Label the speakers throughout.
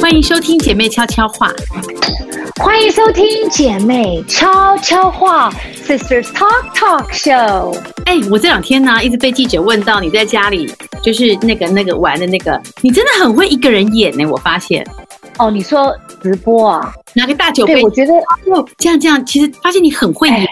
Speaker 1: 欢迎收听姐妹悄悄话。
Speaker 2: 欢迎收听姐妹悄悄话 Sisters Talk Talk Show。
Speaker 1: 哎，我这两天呢、一直被记者问到你在家里就是那个那个玩的那个，你真的很会一个人演呢、我发现
Speaker 2: 哦，你说直播啊？
Speaker 1: 拿个大酒杯哦
Speaker 2: 对，我，觉得，
Speaker 1: 这样这样，其实发现你很会演
Speaker 2: 哎。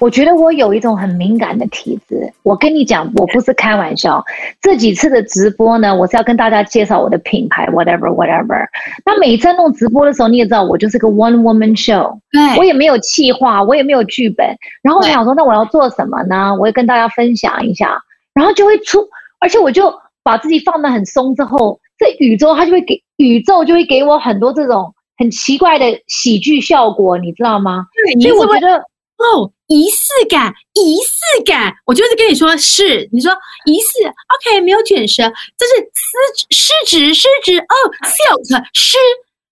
Speaker 2: 我觉得我有一种很敏感的体质。我跟你讲，我不是开玩笑。这几次的直播呢，我是要跟大家介绍我的品牌，whatever whatever。那每一次弄直播的时候，你也知道，我就是个 one woman show。
Speaker 1: 对
Speaker 2: 我也没有企划，我也没有剧本。然后我
Speaker 1: 哎对
Speaker 2: 想说，那我要做什么呢？我也跟大家分享一下，然后就会出，而且我就把自己放得很松之后，这宇宙它就会给宇宙就会给我很多这种很奇怪的喜剧效果，你知道吗？
Speaker 1: 对，你
Speaker 2: 所以
Speaker 1: 是
Speaker 2: 我觉
Speaker 1: 会
Speaker 2: 得
Speaker 1: 哦，仪式感，仪式感，我就是跟你说是，你说仪式，OK，没有卷舌，这是狮狮指狮指哦，silk 狮，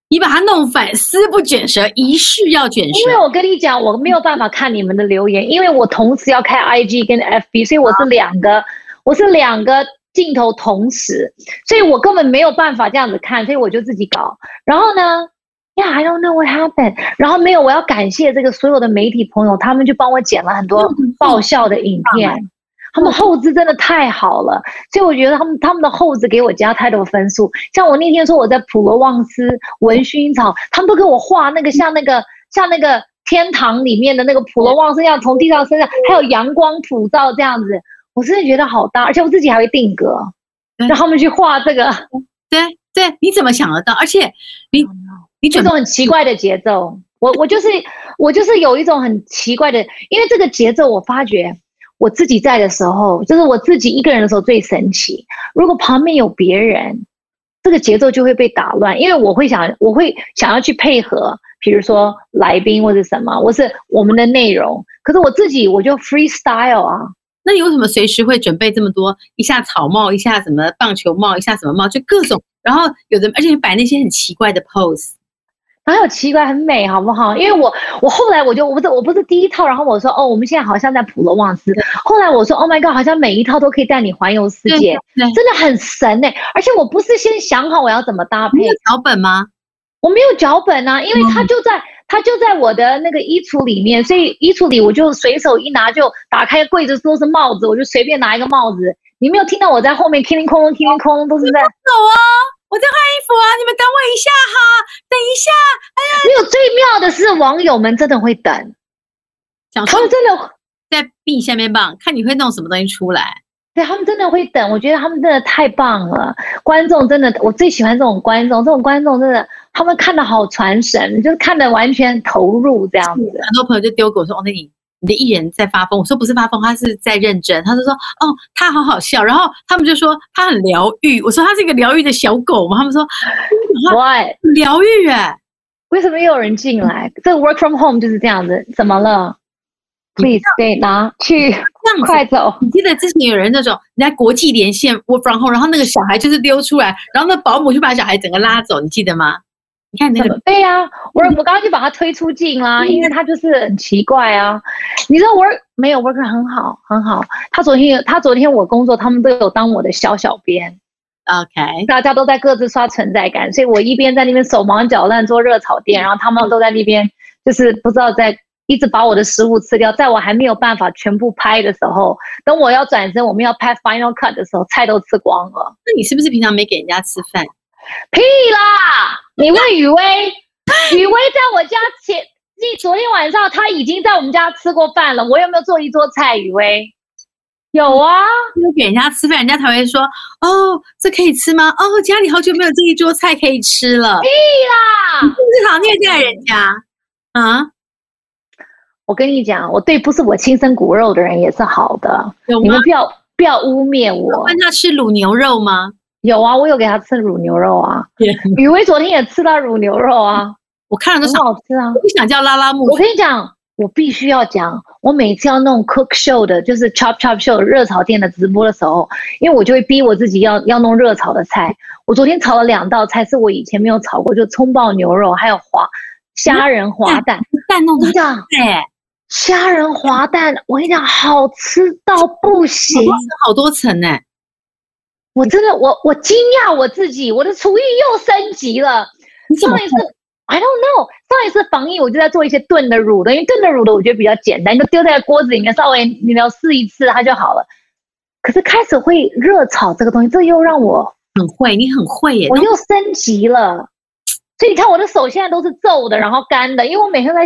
Speaker 1: 你把它弄反，丝不卷舌，仪式要卷
Speaker 2: 因为
Speaker 1: 舌。
Speaker 2: 我跟你讲，我没有办法看你们的留言，因为我同时要开 IG 跟 FB，所以我是两个，我是两个镜头同时，所以我根本没有办法这样子看，所以我就自己搞。然后呢，Yeah, I don't know what happened。然后没有，我要感谢这个所有的媒体朋友，他们就帮我剪了很
Speaker 1: 嗯
Speaker 2: 多爆笑的影片。他们后置真的太好了，所以我觉得他们他们的后置给我加太多分数。像我那天说我在普罗旺斯闻薰草，他们都给我画那个像那个像那个天堂里面的那个普罗旺斯一样，从地上升上，还有阳光普照这样子，我真的觉得好搭，而且我自己还会定格，
Speaker 1: 对
Speaker 2: 让他们去画这个
Speaker 1: 对对，你怎么想得到？而且你你
Speaker 2: 这
Speaker 1: 准备
Speaker 2: 种很奇怪的节奏。我我就是我就是有一种很奇怪的，因为这个节奏我发觉我自己在的时候，就是我自己一个人的时候最神奇。如果旁边有别人，这个节奏就会被打乱，因为我会想我会想要去配合，比如说来宾或者什么，或是我们的内容。可是我自己我就 freestyle 啊，
Speaker 1: 那你为什么随时会准备这么多？一下草帽，一下什么棒球帽，一下什么帽，就各种。然后有的，而且你摆那些很奇怪的 pose。
Speaker 2: 哪有奇怪，很美，好不好？因为我我后来我就我不是我不是第一套，然后我说哦，我们现在好像在普罗旺斯。后来我说 Oh my god，好像每一套都可以带你环游世界，
Speaker 1: 对，
Speaker 2: 真的很神哎、而且我不是先想好我要怎么搭配
Speaker 1: 你有，脚本吗？
Speaker 2: 我没有脚本啊，因为
Speaker 1: 嗯
Speaker 2: 它就在、它就在我的那个衣橱里面，所以衣橱里我就随手一拿就打开柜子都是帽子，我就随便拿一个帽子。你没有听到我在后面叮铃空隆叮铃空隆都是在
Speaker 1: 走啊，我在换衣服啊，你们等我一下哈，等一下。
Speaker 2: 没有最妙的是网友们真的会等，
Speaker 1: 想
Speaker 2: 他
Speaker 1: 说
Speaker 2: 们真的
Speaker 1: 在 B 下面棒，看你会弄什么东西出来。
Speaker 2: 对他们真的会等，我觉得他们真的太棒了。观众真的，我最喜欢这种观众，这种观众真的，他们看的好传神，就是看的完全投入这样子。
Speaker 1: 很多朋友就丢给我说：“哦，那你你的艺人在发疯。”我说：“不是发疯，他是在认真。”他就说：“哦，他好好笑。”然后他们就说他很疗愈。我说：“他是一个疗愈的小狗吗？”他们说：“哇，
Speaker 2: Why？
Speaker 1: 疗愈哎。
Speaker 2: 为什么又有人进来？这个 work from home 就是这样子，怎么了？Please，对，拿去，”
Speaker 1: 这样子，
Speaker 2: 快走。
Speaker 1: 你记得之前有人那种你在国际连线 work from home，然后那个小孩就是溜出来，然后那保姆就把小孩整个拉走，你记得吗？你看那个
Speaker 2: 对呀、我
Speaker 1: 嗯
Speaker 2: 我刚刚就把他推出境啦，因为他就是很奇怪啊。你知道 work 没有 work 很好很好，他昨天有他昨天我工作，他们都有当我的小小编。
Speaker 1: 嗯 OK，
Speaker 2: 大家都在各自刷存在感，所以我一边在那边手忙脚乱做热炒店，然后他们都在那边就是不知道在一直把我的食物吃掉，在我还没有办法全部拍的时候，等我要转身，我们要拍 final cut 的时候，菜都吃光了。
Speaker 1: 那你是不是平常没给人家吃饭？
Speaker 2: 屁啦！你问雨薇，雨薇在我家前，你昨天晚上她已经在我们家吃过饭了，我有没有做一桌菜？雨薇，有啊。
Speaker 1: 因为给人家吃饭，人家才会说哦，这可以吃吗？哦，家里好久没有这一桌菜可以吃了，
Speaker 2: 屁啦！
Speaker 1: 至少虐待人家啊！
Speaker 2: 我跟你讲，我对不是我亲生骨肉的人也是好的。
Speaker 1: 有
Speaker 2: 你
Speaker 1: 吗
Speaker 2: 们？不要不要污蔑我。
Speaker 1: 问他吃卤牛肉吗？
Speaker 2: 有啊，我有给他吃乳牛肉啊。雨薇昨天也吃到乳牛肉 啊，
Speaker 1: 我看了
Speaker 2: 很
Speaker 1: 都想，
Speaker 2: 好吃啊
Speaker 1: 哦我。不想叫拉拉木
Speaker 2: 我跟你讲，我必须要讲，我每次要弄 cook show 的，就是 chop chop show 热炒店的直播的时候，因为我就会逼我自己要要弄热炒的菜。我昨天炒了两道菜，是我以前没有炒过，就葱爆牛肉，还有滑虾仁滑蛋。
Speaker 1: 蛋弄
Speaker 2: 我
Speaker 1: 的
Speaker 2: 跟你讲，
Speaker 1: 哎，
Speaker 2: 虾仁滑蛋，我跟你讲，好吃到不行。
Speaker 1: 好多层哎，
Speaker 2: 我真的我我惊讶我自己，我的厨艺又升级了。
Speaker 1: 你怎么
Speaker 2: 上一次 I don't know，上一次防疫我就在做一些炖的乳的，因为炖的乳的我觉得比较简单，就丢在锅子里面稍微你要试一次它就好了。可是开始会热炒这个东西，这又让我
Speaker 1: 很会？你很会耶！
Speaker 2: 我又升级了。所以你看我的手现在都是皱的，然后干的，因为我每天在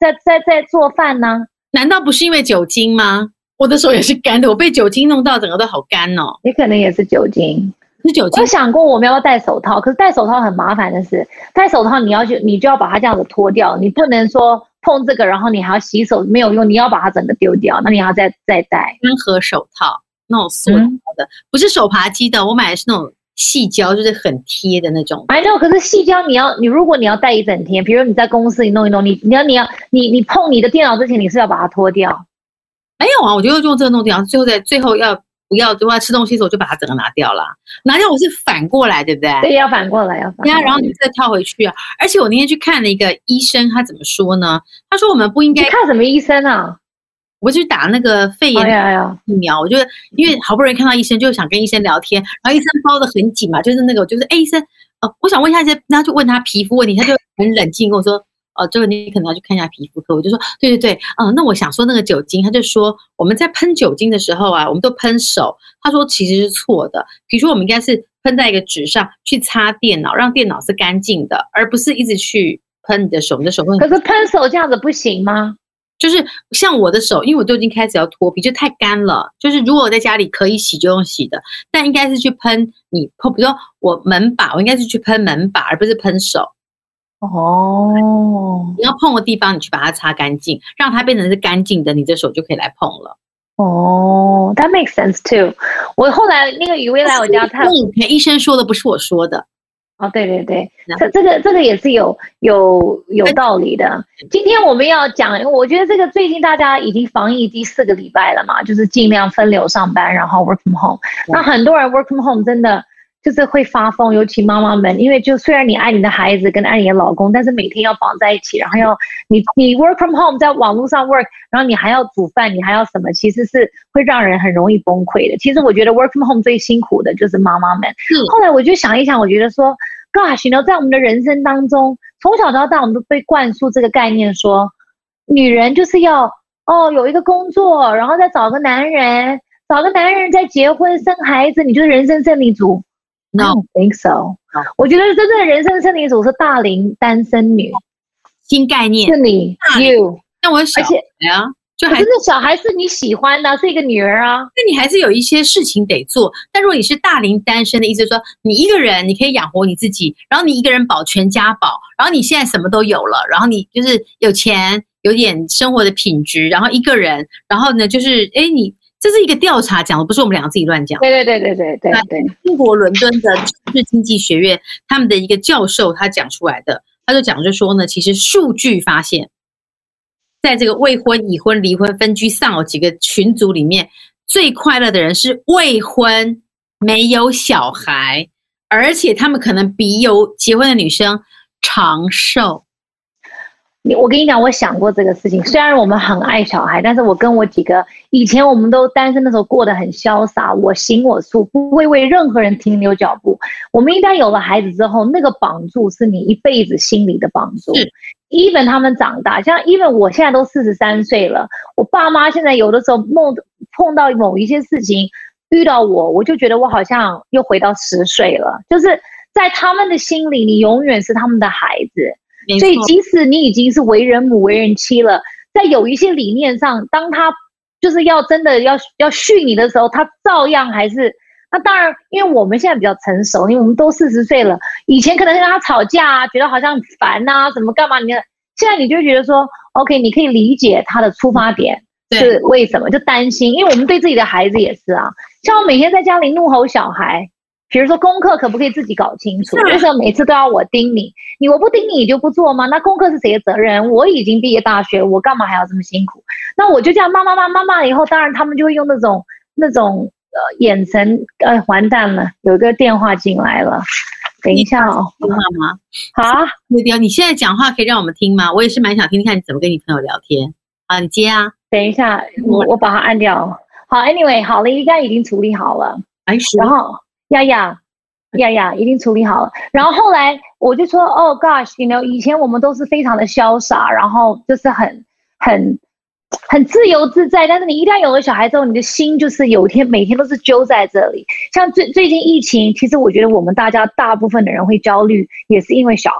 Speaker 2: 在在在做饭呢、
Speaker 1: 难道不是因为酒精吗？我的手也是干的，我被酒精弄到整个都好干哦。
Speaker 2: 也可能也是酒精。
Speaker 1: 是酒
Speaker 2: 我
Speaker 1: 精
Speaker 2: 有想过我们要不要戴手套，可是戴手套很麻烦的是，戴手套你要去，你就要把它这样子脱掉，你不能说碰这个，然后你还要洗手，没有用，你要把它整个丢掉，那你还要再再戴。
Speaker 1: 干和手套，那种塑胶
Speaker 2: 嗯
Speaker 1: 的，不是手扒鸡的，我买的是那种细胶，就是很贴的那种。
Speaker 2: I know，可是细胶你要你如果你要戴一整天，比如你在公司里弄一弄，你你要你要你你碰你的电脑之前，你是要把它脱掉。
Speaker 1: 没有啊，我就用这个弄掉，最后在最后要不要的话，吃东西的时候就把它整个拿掉了。拿掉我是反过来，对不对？
Speaker 2: 对，要反过来，要反过
Speaker 1: 对
Speaker 2: 来。
Speaker 1: 啊，然后你再套回去啊。而且我那天去看了一个医生，他怎么说呢？他说我们不应
Speaker 2: 你
Speaker 1: 该，
Speaker 2: 看什么医生啊？
Speaker 1: 我去打那个肺炎
Speaker 2: 哎呀哎呀，
Speaker 1: 疫苗，我觉得因为好不容易看到医生，就想跟医生聊天，然后医生包的很紧嘛，就是那个我就是哎医生，呃，我想问一下医生，然后就问他皮肤问题，他就很冷静跟我说，哦、这个你可能要去看一下皮肤科，我就说对对对，嗯、那我想说那个酒精，他就说我们在喷酒精的时候啊，我们都喷手，他说其实是错的，比如说我们应该是喷在一个纸上去擦电脑，让电脑是干净的，而不是一直去喷你的手，你的手会很
Speaker 2: 可是喷手这样子不行吗？
Speaker 1: 就是像我的手，因为我都已经开始要脱皮，就太干了。就是如果我在家里可以洗就用洗的，但应该是去喷你碰，比如说我门把，我应该是去喷门把，而不是喷手。
Speaker 2: 哦
Speaker 1: 你要碰的地方，你去把它擦干净，让它变成是干净的，你的手就可以来碰了。
Speaker 2: 哦，That makes sense too。我后来那个雨薇来我家，她
Speaker 1: 那以前医生说的不是我说的，
Speaker 2: 哦，对对对
Speaker 1: 然，
Speaker 2: 这这个这个也是有有有道理的。今天我们要讲，我觉得这个最近大家已经防疫第四个礼拜了嘛，就是尽量分流上班，然后 work from home。
Speaker 1: 对
Speaker 2: 那很多人 work from home 真的就是会发疯，尤其妈妈们，因为就虽然你爱你的孩子跟爱你的老公，但是每天要绑在一起，然后要你你 work from home 在网络上 work，然后你还要煮饭，你还要什么，其实是会让人很容易崩溃的。其实我觉得 work from home 最辛苦的就是妈妈们。后来我就想一想，我觉得说，gosh，你知道，在我们的人生当中，从小到大，我们都被灌输这个概念说，女人就是要哦有一个工作，然后再找个男人，找个男人再结婚生孩子，你就是人生胜利组。
Speaker 1: No
Speaker 2: I don't think so
Speaker 1: No。
Speaker 2: 我觉得真正的人生胜利组是大龄单身女，
Speaker 1: 新概念
Speaker 2: 是。你
Speaker 1: 大龄
Speaker 2: you，
Speaker 1: 但我小
Speaker 2: 而且
Speaker 1: 孩啊，就
Speaker 2: 可
Speaker 1: 还
Speaker 2: 是
Speaker 1: 是
Speaker 2: 那小孩是你喜欢的，是一个女儿啊。
Speaker 1: 你还是有一些事情得做。但如果你是大龄单身的意思，说你一个人你可以养活你自己，然后你一个人保全家保，然后你现在什么都有了，然后你就是有钱，有点生活的品质，然后一个人，然后呢就是哎你。这是一个调查讲的，不是我们两个自己乱讲。
Speaker 2: 对对对对对对对。
Speaker 1: 英国伦敦的政治经济学院他们的一个教授他讲出来的，他就讲就说呢，其实数据发现，在这个未婚、已婚、离婚、分居、丧偶几个群组里面，最快乐的人是未婚没有小孩，而且他们可能比有结婚的女生长寿。
Speaker 2: 你我跟你讲，我想过这个事情。虽然我们很爱小孩，但是我跟我几个以前我们都单身的时候过得很潇洒，我行我素，不会为任何人停留脚步。我们一旦有了孩子之后，那个绑住是你一辈子心里的绑住
Speaker 1: 是。
Speaker 2: even 他们长大，像 even 我现在都四十三岁了，我爸妈现在有的时候梦碰到某一些事情，遇到我，我就觉得我好像又回到十岁了。就是在他们的心里，你永远是他们的孩子。
Speaker 1: 没
Speaker 2: 所
Speaker 1: 错
Speaker 2: 以，即使你已经是为人母、为人妻了，在有一些理念上，当他就是要真的要要训你的时候，他照样还是。那当然，因为我们现在比较成熟，因为我们都四十岁了，以前可能跟他吵架啊，觉得好像烦呐、怎么干嘛？你看现在你就会觉得说，OK，你可以理解他的出发点
Speaker 1: 对
Speaker 2: 是为什么，就担心，因为我们对自己的孩子也是啊。像我每天在家里怒吼小孩，比如说功课可不可以自己搞清楚？
Speaker 1: 是
Speaker 2: 为什么每次都要我盯你？你我不盯你，你就不做吗？那功课是谁的责任？我已经毕业大学，我干嘛还要这么辛苦？那我就这样骂骂骂骂骂了以后，当然他们就会用那种那种呃眼神，呃，完蛋了，有一个电话进来了，等一下哦，
Speaker 1: 听话吗？
Speaker 2: 啊，
Speaker 1: 对对，你现在讲话可以让我们听吗？我也是蛮想听听看你怎么跟你朋友聊天啊，你接啊，
Speaker 2: 等一下，我我把它按掉。好，anyway，好了，应该已经处理好了。
Speaker 1: 哎，是
Speaker 2: 然后呀呀呀呀，已经处理好了。然后后来我就说，哦、oh,，gosh，you know，以前我们都是非常的潇洒，然后就是很很很自由自在。但是你一旦有了小孩之后，你的心就是有一天每天都是揪在这里。像最最近疫情，其实我觉得我们大家大部分的人会焦虑，也是因为小孩。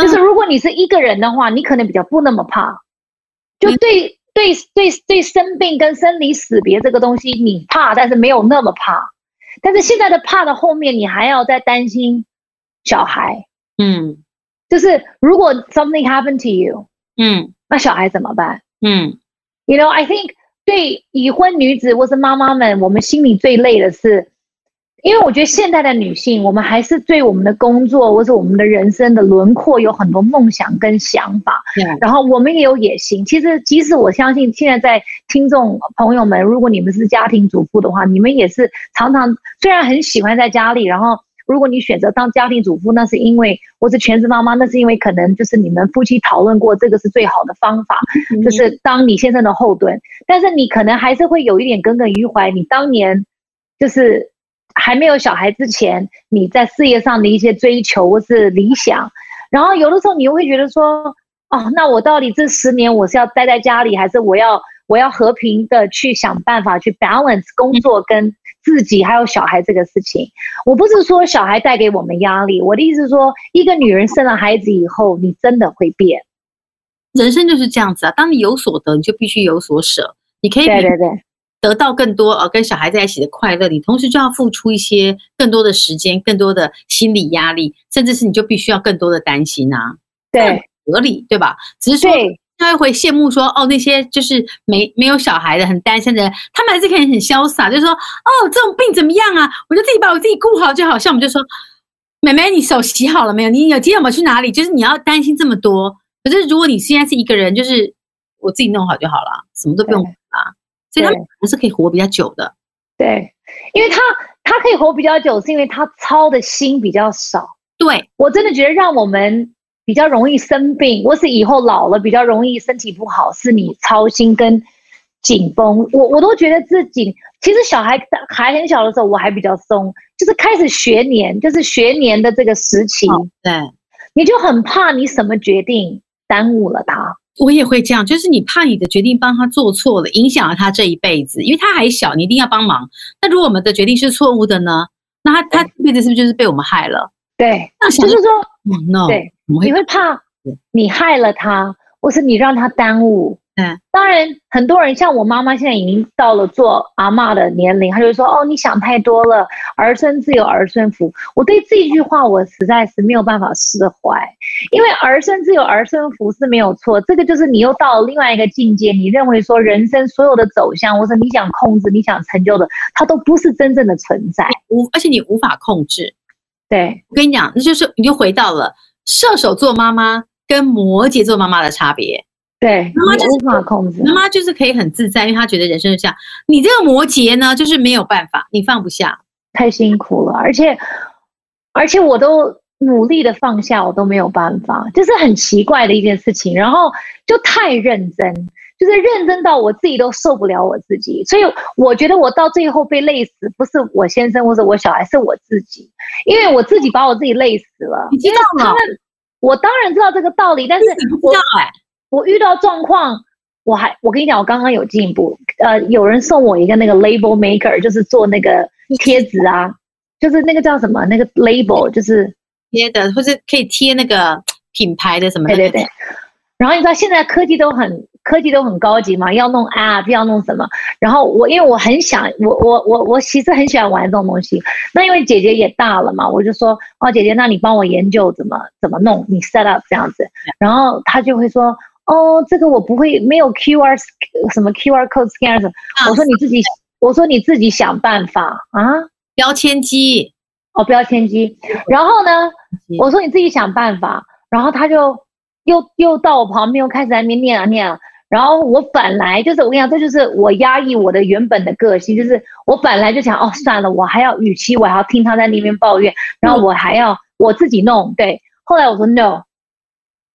Speaker 2: 就是如果你是一个人的话，你可能比较不那么怕，就对对对对生病跟生离死别这个东西你怕，但是没有那么怕。但是现在的怕的后面，你还要再担心小孩。
Speaker 1: 嗯，
Speaker 2: 就是如果 something happen to you，
Speaker 1: 嗯
Speaker 2: 那小孩怎么办
Speaker 1: 嗯
Speaker 2: ？You know, I think 对已婚女子或是妈妈们，我们心里最累的是，因为我觉得现代的女性，我们还是对我们的工作或是我们的人生的轮廓有很多梦想跟想法。
Speaker 1: 对
Speaker 2: 然后我们也有野心。其实，即使我相信现在在听众朋友们，如果你们是家庭主妇的话，你们也是常常虽然很喜欢在家里，然后如果你选择当家庭主妇，那是因为或是全职妈妈，那是因为可能就是你们夫妻讨论过这个是最好的方法，就
Speaker 1: 就是
Speaker 2: 是当你先生的后盾。但是你可能还是会有一点耿耿于怀，你当年就是还没有小孩之前，你在事业上的一些追求或是理想，然后有的时候你又会觉得说，哦，那我到底这十年我是要待在家里，还是我要我要和平的去想办法去 balance 工作跟自己还有小孩这个事情？我不是说小孩带给我们压力，我的意思是说，一个女人生了孩子以后，你真的会变。
Speaker 1: 人生就是这样子啊。当你有所得，你就必须有所舍。你可以
Speaker 2: 对对对。
Speaker 1: 得到更多呃跟小孩在一起的快乐，你同时就要付出一些更多的时间、更多的心理压力，甚至是你就必须要更多的担心啊，
Speaker 2: 对
Speaker 1: 合理对吧？只是说
Speaker 2: 对
Speaker 1: 他会羡慕说哦，那些就是没没有小孩的、很单身的人，他们还是可以很潇洒，就说哦，这种病怎么样啊？我就自己把我自己顾好就好。像我们就说，妹妹，你手洗好了没有？你有今天有没有去哪里？就是你要担心这么多。可是如果你现在是一个人，就是我自己弄好就好了，什么都不用管啦。所以他们还是可以活比较久的。
Speaker 2: 对，因为他他可以活比较久，是因为他操的心比较少。
Speaker 1: 对，
Speaker 2: 我真的觉得让我们比较容易生病，或是以后老了比较容易身体不好，是你操心跟紧绷。我我都觉得自己其实小孩还很小的时候，我还比较松，就是开始学年，就是学年的这个时期，
Speaker 1: 对，
Speaker 2: 你就很怕你什么决定耽误了他。
Speaker 1: 我也会这样，就是你怕你的决定帮他做错了，影响了他这一辈子，因为他还小，你一定要帮忙。那如果我们的决定是错误的呢？那他他这辈子是不是就是被我们害了？
Speaker 2: 对，
Speaker 1: 那想哦嗯
Speaker 2: 就是说
Speaker 1: no，
Speaker 2: 对，
Speaker 1: 我们
Speaker 2: 你
Speaker 1: 会
Speaker 2: 会怕
Speaker 1: 对
Speaker 2: 你害了他，或是你让他耽误。
Speaker 1: 嗯，
Speaker 2: 当然，很多人像我妈妈，现在已经到了做阿嬷的年龄，她就说：“哦，你想太多了，儿孙自有儿孙福。”我对这句话，我实在是没有办法释怀，因为儿孙自有儿孙福是没有错，这个就是你又到了另外一个境界，你认为说人生所有的走向，或者你想控制、你想成就的，它都不是真正的存在。
Speaker 1: 无，而且你无法控制。
Speaker 2: 对，
Speaker 1: 我跟你讲，那就是你就回到了射手座妈妈跟摩羯座妈妈的差别。
Speaker 2: 对，
Speaker 1: 妈妈
Speaker 2: 你
Speaker 1: 就是
Speaker 2: 无法控制。
Speaker 1: 妈妈就是可以很自在，因为她觉得人生是这样。你这个摩羯呢，就是没有办法，你放不下。
Speaker 2: 太辛苦了，而且而且我都努力的放下，我都没有办法，就是很奇怪的一件事情。然后就太认真，就是认真到我自己都受不了我自己，所以我觉得我到最后被累死，不是我先生或者我小孩，是我自己，因为我自己把我自己累死了。
Speaker 1: 你知道
Speaker 2: 他
Speaker 1: 了
Speaker 2: 们，我当然知道这个道理，但是
Speaker 1: 你不
Speaker 2: 我
Speaker 1: 知道哎、
Speaker 2: 我遇到状况，我还我跟你讲，我刚刚有进步。呃，有人送我一个那个 label maker，就是做那个贴纸啊，就是那个叫什么那个 label，就是
Speaker 1: 贴的，或是可以贴那个品牌的什么的。
Speaker 2: 对对对。然后你知道现在科技都很科技都很高级嘛，要弄 app，要弄什么？然后我因为我很想，我我我我其实很喜欢玩这种东西。那因为姐姐也大了嘛，我就说哦，姐姐，那你帮我研究怎么怎么弄，你 set up 这样子。然后她就会说哦，这个我不会，没有 QR sc- 什么 QR code scanner 什么。
Speaker 1: 啊
Speaker 2: 我说你自己，我说你自己想办法啊。
Speaker 1: 标签机，
Speaker 2: 哦，标签机。然后呢，我说你自己想办法。然后他就又又到我旁边，又开始在那边念啊念啊。然后我本来就是我跟你讲，这就是我压抑我的原本的个性，就是我本来就想哦算了，我还要与其我还要听他在那边抱怨，然后我还要我自己弄。对，后来我说 no，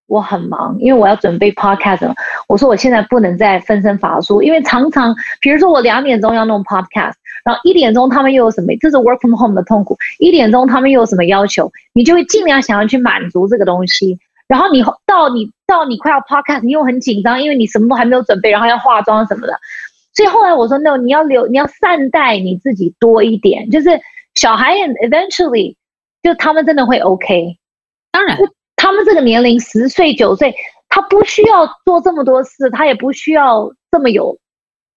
Speaker 2: 我很忙，因为我要准备 podcast 了。我说我现在不能再分身乏术，因为常常，比如说我两点钟要弄 podcast，然后一点钟他们又有什么，这是 work from home 的痛苦。一点钟他们又有什么要求，你就会尽量想要去满足这个东西。然后你到你到你快要 podcast，你又很紧张，因为你什么都还没有准备，然后要化妆什么的。所以后来我说，no，你要留，你要善待你自己多一点。就是小孩也 eventually 就他们真的会 OK，
Speaker 1: 当然，
Speaker 2: 他们这个年龄十岁九岁，他不需要做这么多事，他也不需要这么有，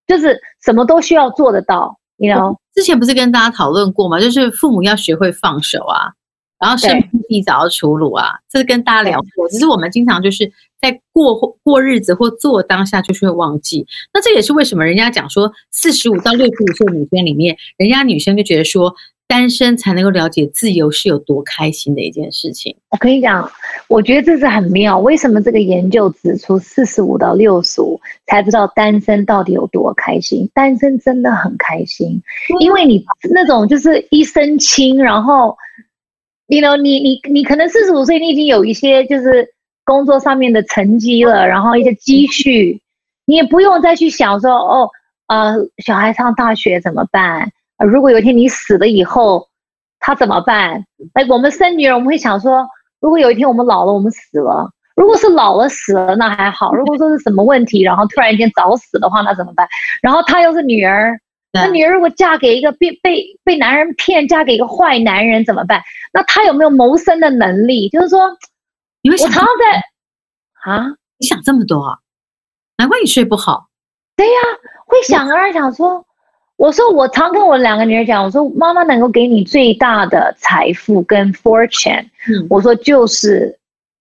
Speaker 2: 就是什么都需要做得到，you know？
Speaker 1: 之前不是跟大家讨论过嘛，就是父母要学会放手啊，然后生病提早要出炉啊，这是跟大家聊过。只是我们经常就是在过过日子或做当下，就是会忘记。那这也是为什么人家讲说，四十五到六十五岁的女生里面，人家女生就觉得说，单身才能够了解自由是有多开心的一件事情。
Speaker 2: 我跟你讲，我觉得这是很妙。为什么这个研究指出，四十五到六十五才知道单身到底有多开心？单身真的很开心，因为你那种就是一身轻，然后，you know，你你你可能四十五岁，你已经有一些就是工作上面的成绩了，然后一些积蓄，你也不用再去想说哦，呃，小孩上大学怎么办？呃如果有一天你死了以后，他怎么办？哎，我们生女儿，我们会想说，如果有一天我们老了，我们死了，如果是老了死了那还好，如果说是什么问题，然后突然间早死的话，那怎么办？然后她又是女儿，那
Speaker 1: 对
Speaker 2: 女儿如果嫁给一个被被被男人骗，嫁给一个坏男人怎么办？那她有没有谋生的能力？就是说
Speaker 1: 你会
Speaker 2: 我
Speaker 1: 想
Speaker 2: 常常在啊，
Speaker 1: 你想这么多啊？难怪你睡不好。
Speaker 2: 会想啊，想说，我说我常跟我两个女儿讲，我说妈妈能够给你最大的财富跟 fortune，
Speaker 1: 嗯，
Speaker 2: 我说就是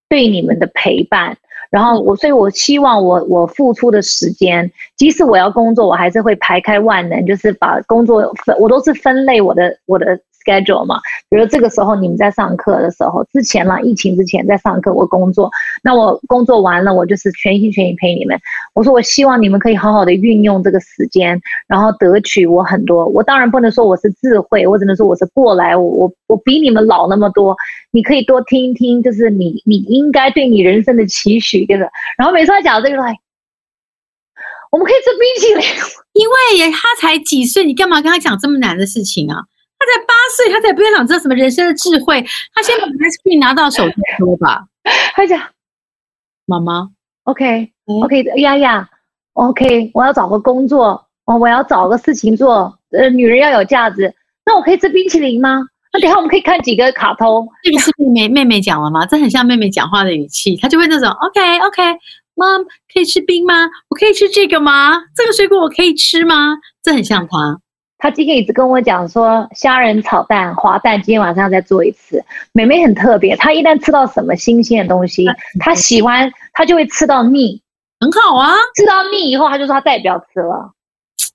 Speaker 2: 对你们的陪伴。然后我，所以我希望我我付出的时间，即使我要工作，我还是会排开万能，就是把工作分，我都是分类我的我的 schedule 嘛。比如这个时候你们在上课的时候，之前啦，疫情之前在上课，我工作，那我工作完了，我就是全心全意陪你们。我说我希望你们可以好好的运用这个时间，然后得取我很多。我当然不能说我是智慧，我只能说我是过来，我我我比你们老那么多，你可以多听一听，就是你你应该对你人生的期许，跟着。然后每次他讲这个，哎，我们可以吃冰淇淋，
Speaker 1: 因为他才几岁，你干嘛跟他讲这么难的事情啊？他才八岁，他才不要讲这什么人生的智慧，他先把 ice cream 拿到手再说吧，
Speaker 2: 他讲
Speaker 1: 妈妈。
Speaker 2: OK OK 呀呀 OK，我要找个工作，哦，我要找个事情做，呃，女人要有价值。那我可以吃冰淇淋吗？那等一下我们可以看几个卡通。
Speaker 1: 这个是妹妹妹妹讲了吗？这很像妹妹讲话的语气，她就会那种 OK OK，妈可以吃冰吗？我可以吃这个吗？这个水果我可以吃吗？这很像她。
Speaker 2: 他今天一直跟我讲说，虾仁炒蛋、滑蛋，今天晚上要再做一次。美美很特别，她一旦吃到什么新鲜的东西，她喜欢，她就会吃到腻，
Speaker 1: 很好啊，
Speaker 2: 吃到腻以后，她就说她再也不要吃了。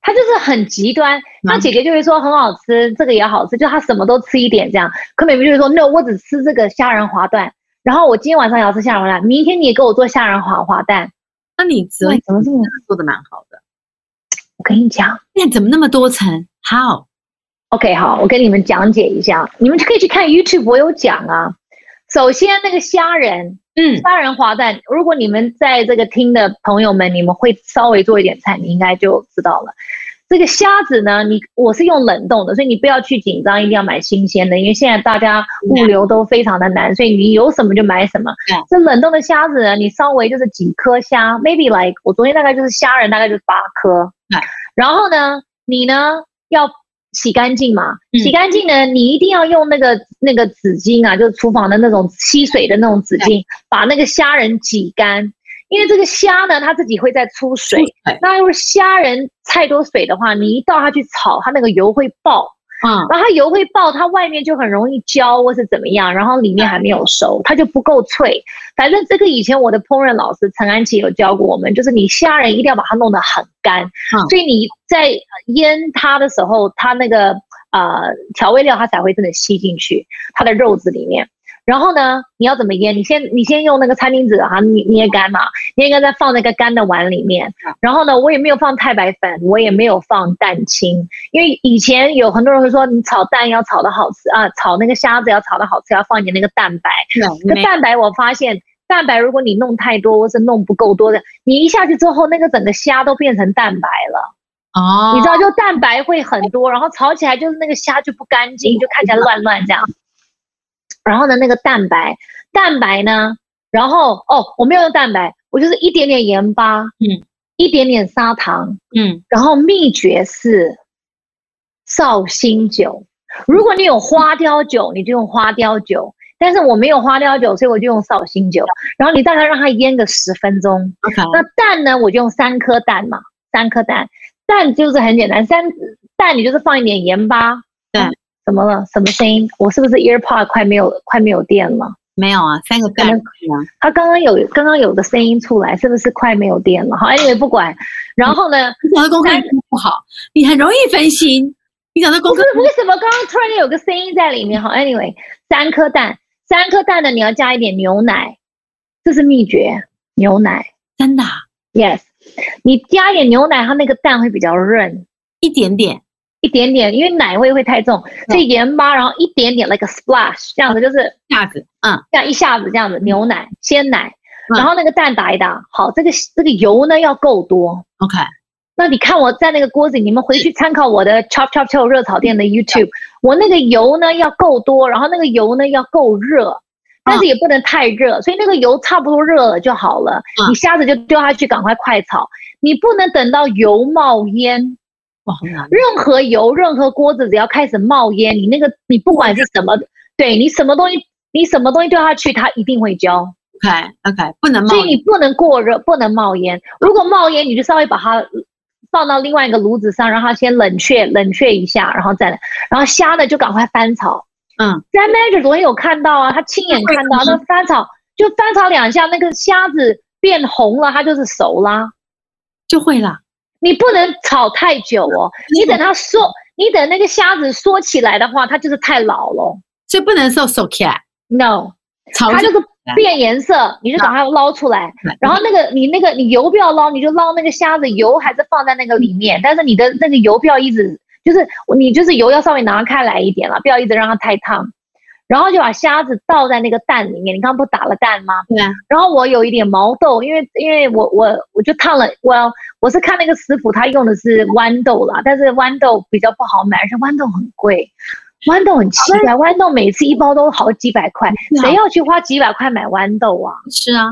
Speaker 2: 她就是很极端，那姐姐就会说很好吃，这个也好吃，就她什么都吃一点这样。可美美就会说，no，我只吃这个虾仁滑蛋，然后我今天晚上也要吃虾仁滑蛋，明天你也给我做虾仁滑滑蛋。
Speaker 1: 那你怎么
Speaker 2: 对，怎么这么？
Speaker 1: 做的蛮好的？
Speaker 2: 我跟你讲。
Speaker 1: 那你怎么那么多层？How？
Speaker 2: OK，好，我跟你们讲解一下，你们就可以去看 YouTube，我有讲啊。首先，那个虾仁，
Speaker 1: 嗯，
Speaker 2: 虾仁滑蛋，如果你们在这个听的朋友们，你们会稍微做一点菜，你应该就知道了。这个虾子呢，你我是用冷冻的，所以你不要去紧张，一定要买新鲜的，因为现在大家物流都非常的难，所以你有什么就买什么
Speaker 1: 对。
Speaker 2: 这冷冻的虾子呢，啊你稍微就是几颗虾，maybe like 我昨天大概就是虾仁大概就是八颗
Speaker 1: 对，
Speaker 2: 然后呢，你呢要洗干净嘛，
Speaker 1: 嗯
Speaker 2: 洗干净呢，你一定要用那个那个纸巾啊，就是厨房的那种吸水的那种纸巾，把那个虾仁挤干，因为这个虾呢它自己会再出水，
Speaker 1: 对，
Speaker 2: 那如果虾仁太多水的话，你一倒下去炒，它那个油会爆，
Speaker 1: 嗯，
Speaker 2: 然后它油会爆，它外面就很容易焦或是怎么样，然后里面还没有熟，它就不够脆。反正这个以前我的烹饪老师陈安琪有教过我们，就是你虾仁一定要把它弄得很干，
Speaker 1: 嗯
Speaker 2: 所以你在腌它的时候，它那个呃调味料它才会真的吸进去它的肉子里面。然后呢，你要怎么腌？你先你先用那个餐巾纸把它捏捏干嘛，捏干再放那个干的碗里面
Speaker 1: 嗯。
Speaker 2: 然后呢，我也没有放太白粉，我也没有放蛋清，因为以前有很多人会说你炒蛋要炒的好吃啊，炒那个虾子要炒的好吃，要放一点那个蛋白。
Speaker 1: 嗯对，
Speaker 2: 那
Speaker 1: 没
Speaker 2: 蛋白我发现蛋白如果你弄太多或是弄不够多的，你一下去之后，那个整个虾都变成蛋白了，
Speaker 1: 哦，
Speaker 2: 你知道，就蛋白会很多，然后炒起来就是那个虾就不 干净，就看起来乱乱这样。然后呢，那个蛋白，蛋白呢，然后哦，我没有用蛋白，我就是一点点盐巴，
Speaker 1: 嗯，
Speaker 2: 一点点砂糖，
Speaker 1: 嗯，
Speaker 2: 然后秘诀是绍兴酒。如果你有花雕酒，你就用花雕酒；但是我没有花雕酒，所以我就用绍兴酒。然后你大概让它腌个十分钟。
Speaker 1: OK，
Speaker 2: 那蛋呢，我就用三颗蛋嘛，三颗蛋。蛋就是很简单，三蛋你就是放一点盐巴。
Speaker 1: 对
Speaker 2: 嗯，怎么了？什么声音？我是不是 AirPod 快没有快没有电了？
Speaker 1: 没有啊，三个蛋
Speaker 2: 可能
Speaker 1: 啊，
Speaker 2: 它刚刚有刚刚有个声音出来，是不是快没有电了？好，anyway 不管。然后呢，
Speaker 1: 你讲的功课一定不好，你很容易分心。你讲的功
Speaker 2: 不
Speaker 1: 课
Speaker 2: 是为什么刚刚突然间有个声音在里面？好，anyway，三颗蛋，三颗蛋呢，你要加一点牛奶，这是秘诀，牛奶
Speaker 1: 真的啊
Speaker 2: ，yes，你加一点牛奶，它那个蛋会比较润
Speaker 1: 一点点，
Speaker 2: 一点点，因为奶味会太重，所以盐巴，然后一点点，like a splash，这样子就是
Speaker 1: 这样子，嗯，
Speaker 2: 这样一下子这样子，牛奶、鲜奶，
Speaker 1: 嗯
Speaker 2: 然后那个蛋打一打，好，这个这个油呢要够多。
Speaker 1: OK，
Speaker 2: 那你看我在那个锅子里，你们回去参考我的 Chop Chop Chop 热炒店的 YouTube，我那个油呢要够多，然后那个油呢要够热，但是也不能太热，所以那个油差不多热了就好了。
Speaker 1: 嗯
Speaker 2: 你虾子就丢下去，赶快快炒，你不能等到油冒烟。
Speaker 1: 哇，很难，
Speaker 2: 任何油、任何锅子只要开始冒烟，你那个你不管是什么，对你什么东西，你什么东西丢下去，它一定会焦。
Speaker 1: OK OK，不能冒
Speaker 2: 所以你不能过热，不能冒烟。如果冒烟，你就稍微把它放到另外一个炉子上，让它先冷却，冷却一下，然后再来。然后虾呢就赶快翻炒。
Speaker 1: 嗯
Speaker 2: g r a n manager 昨天有看到啊，他亲眼看到那翻炒，就翻炒两下，那个虾子变红了，它就是熟啦。
Speaker 1: 就会了。
Speaker 2: 你不能炒太久哦，
Speaker 1: 嗯
Speaker 2: 你等它缩，你等那个虾子缩起来的话，它就是太老了。
Speaker 1: 所以不能受手起来，
Speaker 2: No，
Speaker 1: 炒
Speaker 2: 它
Speaker 1: 就
Speaker 2: 就是变颜色，你就赶快捞出来。然后那个你那个你油不要捞，你就捞那个虾子，油还是放在那个里面，但是你的那个油不要一直就是你就是油要稍微拿开来一点了，不要一直让它太烫。然后就把虾子倒在那个蛋里面，你刚刚不打了蛋吗？
Speaker 1: 对啊，
Speaker 2: 然后我有一点毛豆，因为因为我我我就烫了，我我是看那个食谱，他用的是豌豆啦，但是豌豆比较不好买，而且豌豆很贵，�n豆很奇怪，豌豆每次一包都好几百块，
Speaker 1: 是啊
Speaker 2: 谁要去花几百块买豌豆啊？
Speaker 1: 吃啊，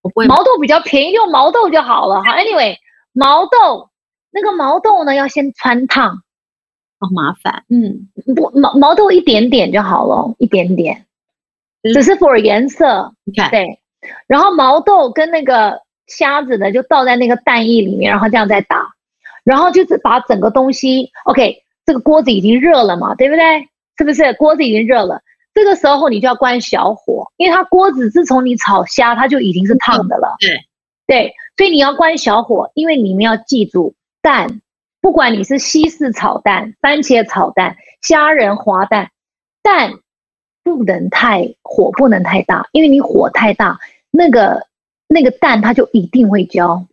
Speaker 1: 我不会
Speaker 2: 毛豆比较便宜，用毛豆就好了。好，anyway，毛豆那个毛豆呢，要先穿烫，
Speaker 1: 好麻烦，嗯，
Speaker 2: 不毛毛豆一点点就好了，一点点，只是 for 颜色。
Speaker 1: 你看，
Speaker 2: 对，然后毛豆跟那个虾子呢，就倒在那个蛋液里面，然后这样再打，然后就是把整个东西，OK，这个锅子已经热了嘛，对不对？是不是锅子已经热了？这个时候你就要关小火，因为它锅子自从你炒虾，它就已经是烫的了。
Speaker 1: 对
Speaker 2: 对，所以你要关小火，因为你们要记住蛋，不管你是西式炒蛋、番茄炒蛋、虾仁滑蛋，蛋不能太火不能太大，因为你火太大，那个那个蛋它就一定会焦。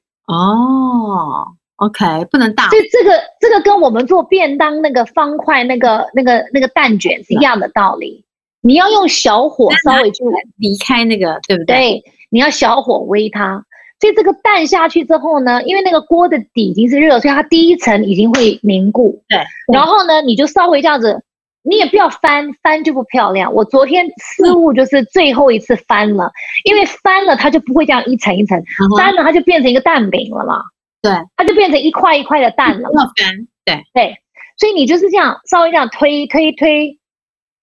Speaker 1: 哦，OK，不能大
Speaker 2: 所，以这个这个跟我们做便当那个方块那个那个那个蛋卷是一样的道理。你要用小火稍微去
Speaker 1: 离开那个，对不对？
Speaker 2: 对，你要小火煨它。所以这个蛋下去之后呢，因为那个锅的底已经是热，所以它第一层已经会凝固。
Speaker 1: 对，
Speaker 2: 然后呢，你就稍微这样子，你也不要翻，翻就不漂亮。我昨天失误就是最后一次翻了，因为翻了它就不会这样一层一层，
Speaker 1: 嗯哼
Speaker 2: 翻了它就变成一个蛋饼了嘛，
Speaker 1: 对，
Speaker 2: 它就变成一块一块的蛋了
Speaker 1: 不。要翻，对，
Speaker 2: 对，所以你就是这样稍微这样推推推，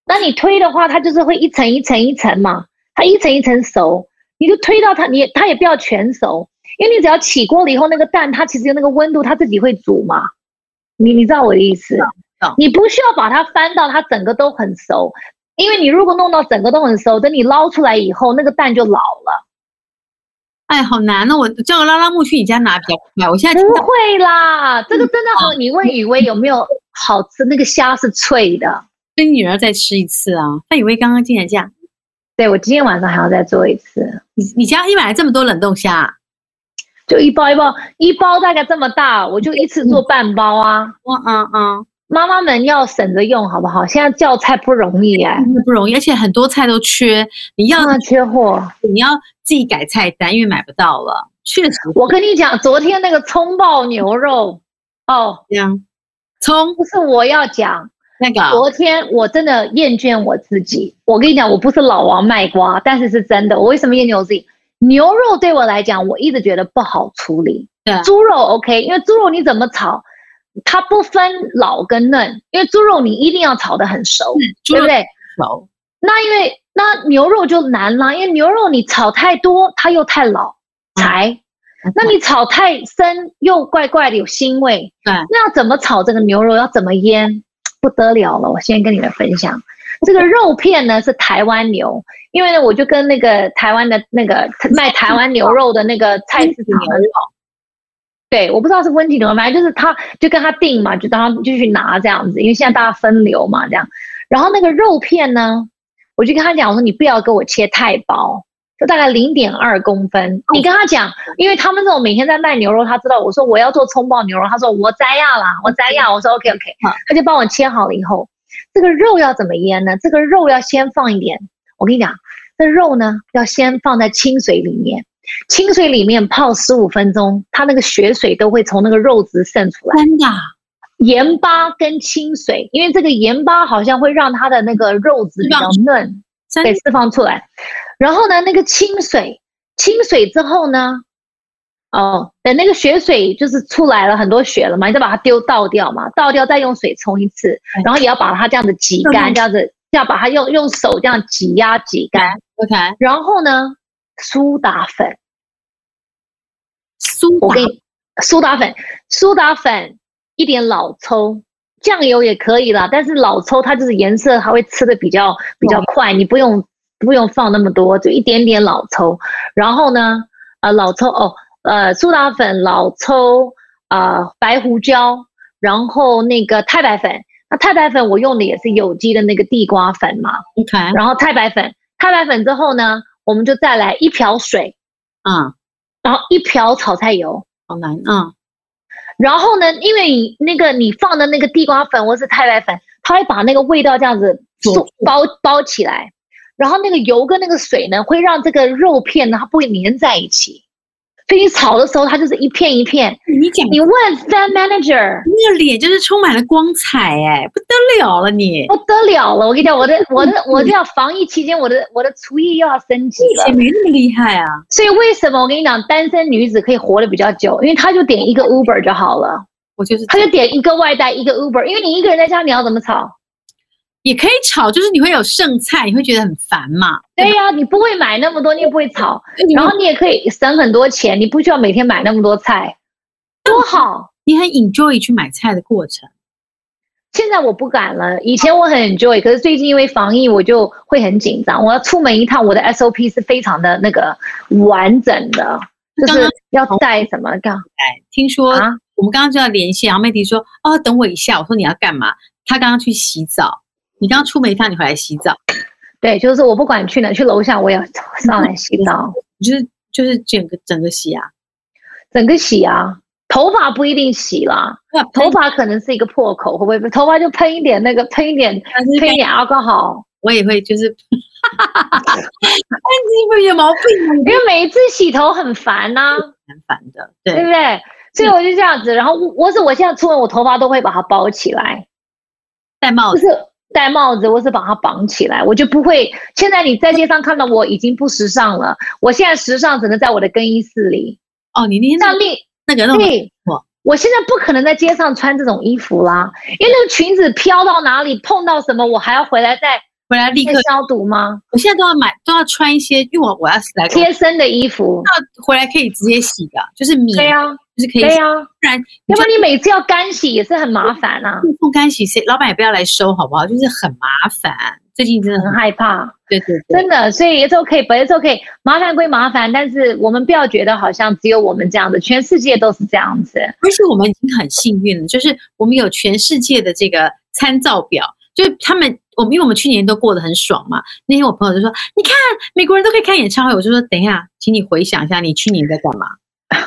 Speaker 2: 那你推的话，它就是会一层一层一层嘛，它一层一层熟，你就推到它，你也它也不要全熟，因为你只要起锅了以后，那个蛋它其实那个温度它自己会煮嘛，你你知道我的意思
Speaker 1: 懂？
Speaker 2: 你不需要把它翻到它整个都很熟，因为你如果弄到整个都很熟，等你捞出来以后，那个蛋就老了。
Speaker 1: 哎，好难那我叫拉拉木去你家拿比较快，我现在
Speaker 2: 不
Speaker 1: 听到
Speaker 2: 会啦，这个真的好，你问雨薇有没有好吃？那个虾是脆的。
Speaker 1: 跟你女儿再吃一次啊。范以为刚刚进来这样，
Speaker 2: 对，我今天晚上还要再做一次，
Speaker 1: 你你家你买了这么多冷冻虾啊，
Speaker 2: 就一包一包，一包大概这么大，我就一次做半包啊。
Speaker 1: 嗯嗯嗯，
Speaker 2: 妈妈们要省着用，好不好？现在叫菜不容易哎、
Speaker 1: 真的不容易，而且很多菜都缺，你要、
Speaker 2: 啊，缺货。
Speaker 1: 你要自己改菜单，因为买不到了，确实
Speaker 2: 我跟你讲，昨天那个葱爆牛肉，哦，
Speaker 1: 这样。葱
Speaker 2: 不是我要讲，
Speaker 1: 那个，
Speaker 2: 昨天我真的厌倦我自己。我跟你讲，我不是老王卖瓜，但是是真的。我为什么厌倦我自己？牛肉对我来讲，我一直觉得不好处理。
Speaker 1: 对
Speaker 2: 猪肉 OK，因为猪肉你怎么炒，它不分老跟嫩，因为猪肉你一定要炒得很熟，
Speaker 1: 猪
Speaker 2: 对
Speaker 1: 肉
Speaker 2: 不对？
Speaker 1: 熟，
Speaker 2: 那因为那牛肉就难啦，因为牛肉你炒太多，它又太老柴， 那你炒太深又怪怪的有腥味。
Speaker 1: 对
Speaker 2: 那要怎么炒这个牛肉？要怎么腌？不得了了！我先跟你们分享，这个肉片呢是台湾牛，因为呢我就跟那个台湾的那个卖台湾牛肉的那个菜市场
Speaker 1: 牛
Speaker 2: 的
Speaker 1: 肉，
Speaker 2: 对，我不知道是温体牛，反正就是他就跟他订嘛，就当他就去拿这样子，因为现在大家分流嘛，这样。然后那个肉片呢，我就跟他讲，我说你不要给我切太薄，就大概零点二公分。你跟他讲，因为他们这种每天在卖牛肉，他知道我说我要做葱爆牛肉，他说我摘要啦，我摘要，我说 OK OK，
Speaker 1: 好
Speaker 2: 他就帮我切好了以后，这个肉要怎么腌呢？这个肉要先放一点，我跟你讲，这肉呢要先放在清水里面。清水里面泡十五分钟，它那个血水都会从那个肉质渗出来。
Speaker 1: 真的啊，
Speaker 2: 盐巴跟清水，因为这个盐巴好像会让它的那个肉质比较嫩，
Speaker 1: 真
Speaker 2: 对，释放出来。然后呢，那个清水，清水之后呢，哦，等那个血水就是出来了很多血了嘛，你再把它丢倒掉嘛，倒掉再用水冲一次，然后也要把它这样子挤干，
Speaker 1: 嗯
Speaker 2: 这样子，这样把它用用手这样挤压挤干。
Speaker 1: OK，
Speaker 2: 然后呢，苏打粉。
Speaker 1: 苏
Speaker 2: 我
Speaker 1: 打
Speaker 2: 给你苏打粉，苏打粉一点老抽，酱油也可以啦，但是老抽它就是颜色还会吃的比较比较快，你不用不用放那么多，就一点点老抽。然后呢，呃，老抽哦，呃，苏打粉、老抽、呃，白胡椒，然后那个太白粉。那太白粉我用的也是有机的那个地瓜粉嘛，
Speaker 1: OK，
Speaker 2: 然后太白粉，太白粉之后呢，我们就再来一瓢水，
Speaker 1: 嗯，
Speaker 2: 然后一瓢炒菜油，
Speaker 1: 好难，嗯，
Speaker 2: 然后呢，因为你那个你放的那个地瓜粉或是太白粉，它会把那个味道这样子
Speaker 1: 锁
Speaker 2: 塑
Speaker 1: 住
Speaker 2: 包包起来，然后那个油跟那个水呢，会让这个肉片呢它不会粘在一起，所以你炒的时候它就是一片一片。
Speaker 1: 你讲
Speaker 2: 你问 fan manager
Speaker 1: 那个脸就是充满了光彩，哎，不得了了你，
Speaker 2: 不得了了，我跟你讲，我的
Speaker 1: 嗯
Speaker 2: 我的我这要防疫期间，我的我的厨艺又要升级
Speaker 1: 以
Speaker 2: 了
Speaker 1: 前。没那么厉害啊，
Speaker 2: 所以为什么我跟你讲，单身女子可以活得比较久，因为她就点一个 Uber 就好了，
Speaker 1: 我就是
Speaker 2: 她就点一个外带一个 Uber，因为你一个人在家，你要怎么炒？
Speaker 1: 也可以炒，就是你会有剩菜，你会觉得很烦嘛，
Speaker 2: 对呀、你不会买那么多，你也不会炒，
Speaker 1: 你
Speaker 2: 然后你也可以省很多钱，你不需要每天买那么多菜，多好。
Speaker 1: 你很 enjoy 去买菜的过程，
Speaker 2: 现在我不敢了，以前我很 enjoy，可是最近因为防疫，我就会很紧张。我要出门一趟，我的 SOP 是非常的那个完整的，就
Speaker 1: 刚
Speaker 2: 是
Speaker 1: 刚
Speaker 2: 要带什么干
Speaker 1: 哎，听说
Speaker 2: 啊？
Speaker 1: 我们刚刚就要连线，然后妹迪说：“哦，等我一下。”我说：“你要干嘛？”她刚刚去洗澡，你刚刚出门一趟，你回来洗澡，
Speaker 2: 对，就是我不管去哪，去楼下我也要上来洗澡，
Speaker 1: 就是就是整个整个洗啊，
Speaker 2: 整个洗啊，头发不一定洗啦，
Speaker 1: 那
Speaker 2: 头发可能是一个破口，会不会？头发就喷一点那个，喷一点，
Speaker 1: 还是
Speaker 2: 喷一点 alcohol。
Speaker 1: 我也会 就是，哎，你有毛病啊，你
Speaker 2: 因为每一次洗头很烦呐、
Speaker 1: 蛮烦的，
Speaker 2: 对嗯
Speaker 1: 对，
Speaker 2: 不对？所以我就这样子，然后我我是我现在出门，我头发都会把它包起来，
Speaker 1: 戴帽
Speaker 2: 就
Speaker 1: 子
Speaker 2: 是戴帽子，我是把它绑起来，我就不会。现在你在街上看到我已经不时尚了，我现在时尚只能在我的更衣室里。
Speaker 1: 哦，你那天
Speaker 2: 那
Speaker 1: 那
Speaker 2: 另
Speaker 1: 那个那种
Speaker 2: 对
Speaker 1: 错，
Speaker 2: 我现在不可能在街上穿这种衣服啦，因为那个裙子飘到哪里碰到什么，我还要回来再
Speaker 1: 回来立
Speaker 2: 再
Speaker 1: 刻，
Speaker 2: 消毒吗？
Speaker 1: 我现在都要买都要穿一些，因为我我要来工作
Speaker 2: 贴身的衣服，
Speaker 1: 回来可以直接洗的，就是棉
Speaker 2: 对呀、啊，
Speaker 1: 就是可以
Speaker 2: 对
Speaker 1: 洗，
Speaker 2: 呀、
Speaker 1: 不然
Speaker 2: 要不然你每次要干洗也是很麻烦啊，
Speaker 1: 不干洗，谁老板也不要来收好不好？就是很麻烦，最近真的
Speaker 2: 很
Speaker 1: 很
Speaker 2: 害怕。
Speaker 1: 对对对。
Speaker 2: 真的，所以 it's okay，本来 it's okay，麻烦归麻烦，但是我们不要觉得好像只有我们这样子，全世界都是这样子。
Speaker 1: 而且我们已经很幸运了，就是我们有全世界的这个参照表，就是他们。我们因为我们去年都过得很爽嘛，那天我朋友就说：“你看美国人都可以看演唱会。”我就说：“等一下，请你回想一下，你去年在干嘛？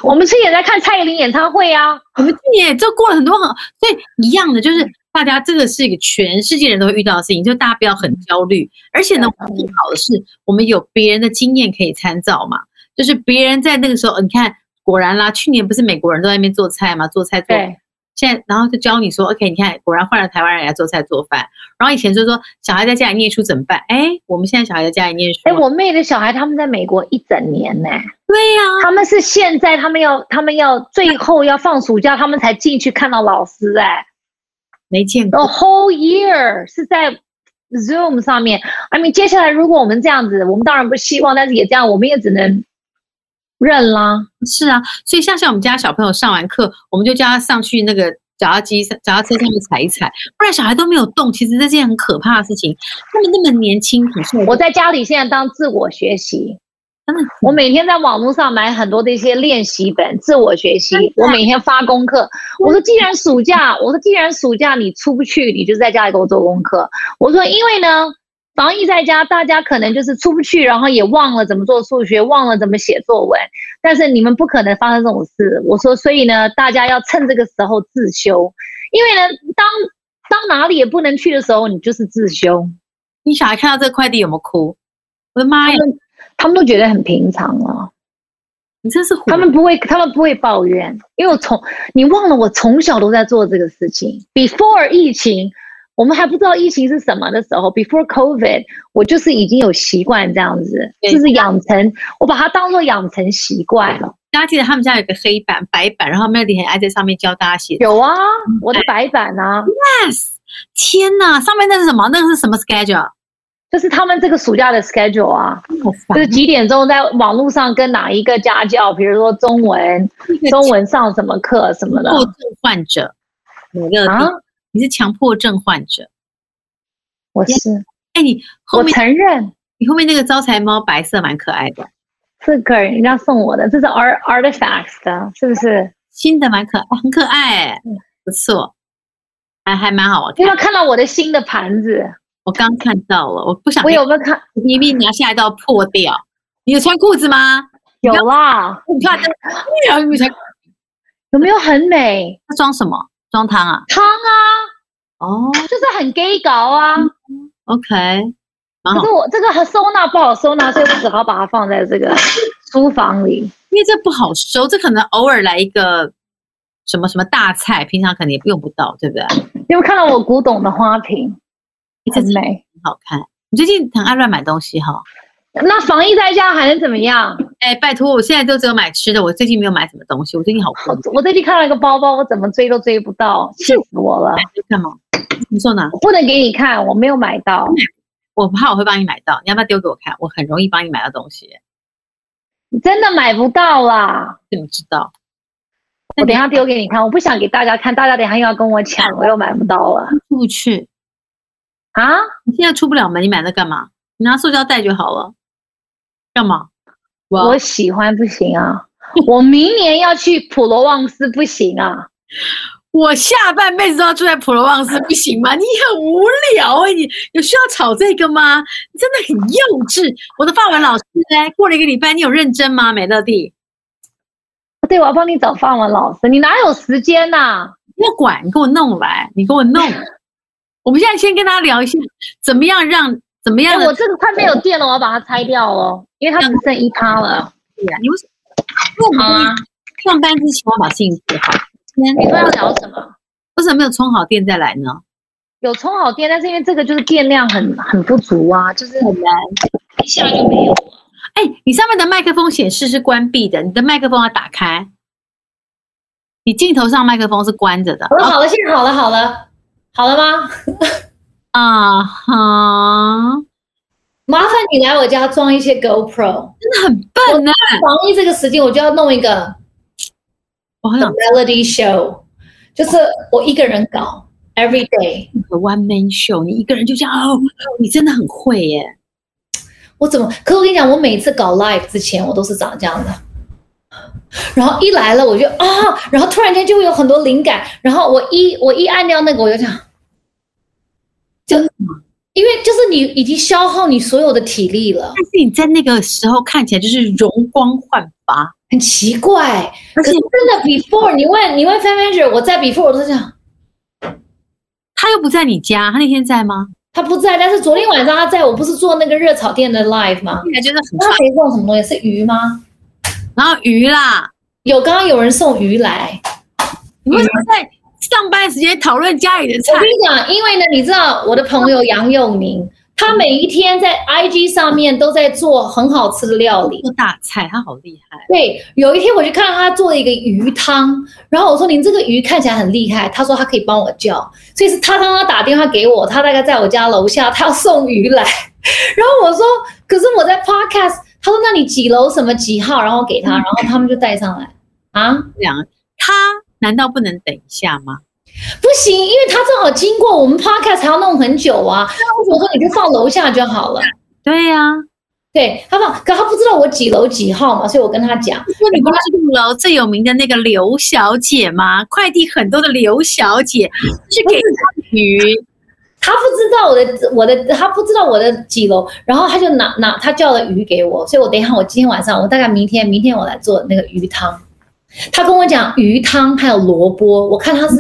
Speaker 2: 我们去年在看蔡依林演唱会啊，
Speaker 1: 我们去年也就过了很多很对一样的，就是大家这个是一个全世界人都会遇到的事情，就大家不要很焦虑。而且呢，我们好的是，我们有别人的经验可以参照嘛，就是别人在那个时候，你看，果然啦，去年不是美国人都在那边做菜嘛，做菜做
Speaker 2: 对，
Speaker 1: 现在，然后就教你说，OK，你看，果然换了台湾人来做菜做饭。然后以前就说小孩在家里念书怎么办？哎，我们现在小孩在家里念书，
Speaker 2: 哎，我妹的小孩他们在美国一整年呢、
Speaker 1: 对呀、
Speaker 2: 他们是现在他们要他们要最后要放暑假，他们才进去看到老师哎、
Speaker 1: 没见
Speaker 2: The
Speaker 1: 过，
Speaker 2: whole year 是在 Zoom 上面。I mean，接下来如果我们这样子，我们当然不希望，但是也这样，我们也只能认啦。
Speaker 1: 是啊。所以像像我们家小朋友上完课，我们就叫他上去那个脚踏机、脚踏车上面踩一踩，不然小孩都没有动，其实这是件很可怕的事情。他们那么年轻，很受
Speaker 2: 我在家里现在当自我学习，
Speaker 1: 真的
Speaker 2: 我每天在网络上买很多的一些练习本，自我学习。我每天发功课。我说，既然暑假，我说既然暑假你出不去，你就在家里给我做功课。我说，因为呢，防疫在家，大家可能就是出不去，然后也忘了怎么做数学，忘了怎么写作文。但是你们不可能发生这种事。我说，所以呢，大家要趁这个时候自修，因为呢，当当哪里也不能去的时候，你就是自修。
Speaker 1: 你小孩看到这个快递有没有哭？我的妈呀，
Speaker 2: 他们都觉得很平常了、
Speaker 1: 你真是虎
Speaker 2: 他们不会，他们不会抱怨，因为我从你忘了我从小都在做这个事情。Before 疫情，我们还不知道疫情是什么的时候，Before COVID，我就是已经有习惯这样子，
Speaker 1: 对
Speaker 2: 就是养成，我把它当做养成习惯了。
Speaker 1: 大家记得他们家有个黑板、白板，然后 Melody 很爱在上面教大家写
Speaker 2: 有啊，
Speaker 1: 嗯
Speaker 2: 我的白板啊，
Speaker 1: Yes，天哪，上面那是什么？那个是什么 schedule？
Speaker 2: 就是他们这个暑假的 schedule 啊，
Speaker 1: 好
Speaker 2: 就
Speaker 1: 烦
Speaker 2: 是几点钟在网络上跟哪一个家教，比如说中文，中文上什么课什么的
Speaker 1: 强迫症患者，美乐
Speaker 2: 啊
Speaker 1: 蒂，，你是强迫症患者。
Speaker 2: 我是，
Speaker 1: 哎，你后
Speaker 2: 我
Speaker 1: 面
Speaker 2: 承认。
Speaker 1: 你后面那个招财猫白色蛮可爱的，
Speaker 2: 是给人家送我的，这是 art artifacts 的，是不是？
Speaker 1: 新的蛮可爱，很可爱、哎
Speaker 2: 嗯
Speaker 1: 不错，还还蛮好玩
Speaker 2: 你有
Speaker 1: 看。
Speaker 2: 没有看到我的新的盘子？
Speaker 1: 我刚看到了，我不想
Speaker 2: 我有没有看？
Speaker 1: 你被拿下来到破掉。你有穿裤子吗？
Speaker 2: 有啦，
Speaker 1: 你看，哎呀你穿
Speaker 2: 有没有很美？
Speaker 1: 他装什么？装汤啊？
Speaker 2: 汤啊，
Speaker 1: 哦
Speaker 2: 就是很 gay 搞啊。
Speaker 1: ，OK，蛮好
Speaker 2: 可是我这个和收纳不好收纳，所以我只好把它放在这个书房里。
Speaker 1: 因为这不好收，这可能偶尔来一个什么什么大菜，平常可能也用不到，对不对？
Speaker 2: 你有没有看到我古董的花瓶？
Speaker 1: 这
Speaker 2: 很
Speaker 1: 真的
Speaker 2: 美。
Speaker 1: 很好看。你最近很爱乱买东西哈、
Speaker 2: 那防疫在家还能怎么样？
Speaker 1: 哎，拜托，我现在都只有买吃的，我最近没有买什么东西，我最近好困
Speaker 2: 我。我最近看了一个包包，我怎么追都追不到，气死我了！
Speaker 1: 干嘛？你说呢？
Speaker 2: 我不能给你看，我没有买到。
Speaker 1: 我怕我会帮你买到，你要不要丢给我看？我很容易帮你买到东西，
Speaker 2: 你真的买不到啦。
Speaker 1: 你怎么知道？
Speaker 2: 我等一下丢给你看，我不想给大家看，大家等一下又要跟我抢，我又买不到了
Speaker 1: 出不去，
Speaker 2: 啊！
Speaker 1: 你现在出不了门，你买那干嘛？你拿塑胶袋就好了。干嘛？我
Speaker 2: 我喜欢不行啊，我明年要去普罗旺斯不行啊，
Speaker 1: 我下半辈子都要住在普罗旺斯，不行吗？你很无聊哎、你有需要吵这个吗？你真的很幼稚。我的法文老师呢？过了一个礼拜，你有认真吗，美乐蒂？
Speaker 2: 对，我要帮你找范文老师，你哪有时间呐、
Speaker 1: 不要管，你给我弄来，你给我弄。我们现在先跟大家聊一下，怎么样让怎么
Speaker 2: 哎、
Speaker 1: 样的、
Speaker 2: 我这个快没有电了，我要把它拆掉哦，因为它只剩一趴了。
Speaker 1: 你为什么？
Speaker 2: 好啊，
Speaker 3: 嗯
Speaker 1: 上班之前我把事情做好。今天
Speaker 2: 你说要聊什么？
Speaker 1: 为什么没有充好电再来呢？
Speaker 2: 有充好电，但是因为这个就是电量很很不足啊，就是
Speaker 1: 很难。
Speaker 2: 一下就没有了。
Speaker 1: 哎，你上面的麦克风显示是关闭的，你的麦克风要打开。你镜头上麦克风是关着的。
Speaker 3: 好了好了，现在好了好了，好了吗？
Speaker 1: 啊哈，
Speaker 3: 麻烦你来我家装一些 GoPro。
Speaker 1: 真的很笨呢、啊
Speaker 3: 防疫这个时间，我就要弄一个
Speaker 1: 我好
Speaker 3: The
Speaker 1: 想
Speaker 3: Melody Show，就是我一个人搞，every day。
Speaker 1: 做个 one man show，你一个人就这样哦，你真的很会耶。
Speaker 3: 我怎么？可是我跟你讲，我每次搞 live 之前，我都是长这样的。然后一来了，我就啊，然后突然间就会有很多灵感。然后我一我一按掉那个，我就这样，就因为就是你已经消耗你所有的体力了。
Speaker 1: 但是你在那个时候看起来就是容光焕发，
Speaker 3: 很奇怪，
Speaker 1: 而
Speaker 3: 可
Speaker 1: 且
Speaker 3: 是真的 before 你问你问 fan manager，我在 before 我都是这样，
Speaker 1: 他又不在你家，他那天在吗？
Speaker 2: 他不在，但是昨天晚上他在我不是做那个热炒店的 live 吗？
Speaker 1: 你还觉得很
Speaker 2: 那他谁送什么东西？是鱼吗？
Speaker 1: 然后鱼啦，
Speaker 2: 有，刚刚有人送鱼来。
Speaker 1: 你为什么在上班时间讨论家里的菜
Speaker 2: 我？跟你讲，因为呢，你知道我的朋友杨佑宁，他每一天在 IG 上面都在做很好吃的料理。
Speaker 1: 做大菜，他好厉害。
Speaker 2: 对，有一天我去看他做了一个鱼汤，然后我说：“您这个鱼看起来很厉害。”他说：“他可以帮我叫。”所以是他刚刚打电话给我，他大概在我家楼下，他要送鱼来。 然后我说：“可是我在 Podcast。”他说：“那你几楼什么几号？”然后给他，然后他们就带上来啊。
Speaker 1: 两，他难道不能等一下吗？
Speaker 2: 不行，因为他正好经过我们 podcast 还要弄很久啊。我说你就放楼下就好了。
Speaker 1: 对呀、
Speaker 2: 对他放，可他不知道我几楼几号嘛，所以我跟他讲，
Speaker 1: 说你不是六楼最有名的那个刘小姐吗？快递很多的刘小姐，是给她鱼，
Speaker 2: 他不知道我的我的他不知道我的几楼，然后他就拿拿他叫了鱼给我，所以我等一下我今天晚上我大概明天明天我来做那个鱼汤。他跟我讲鱼汤还有萝卜，我看他是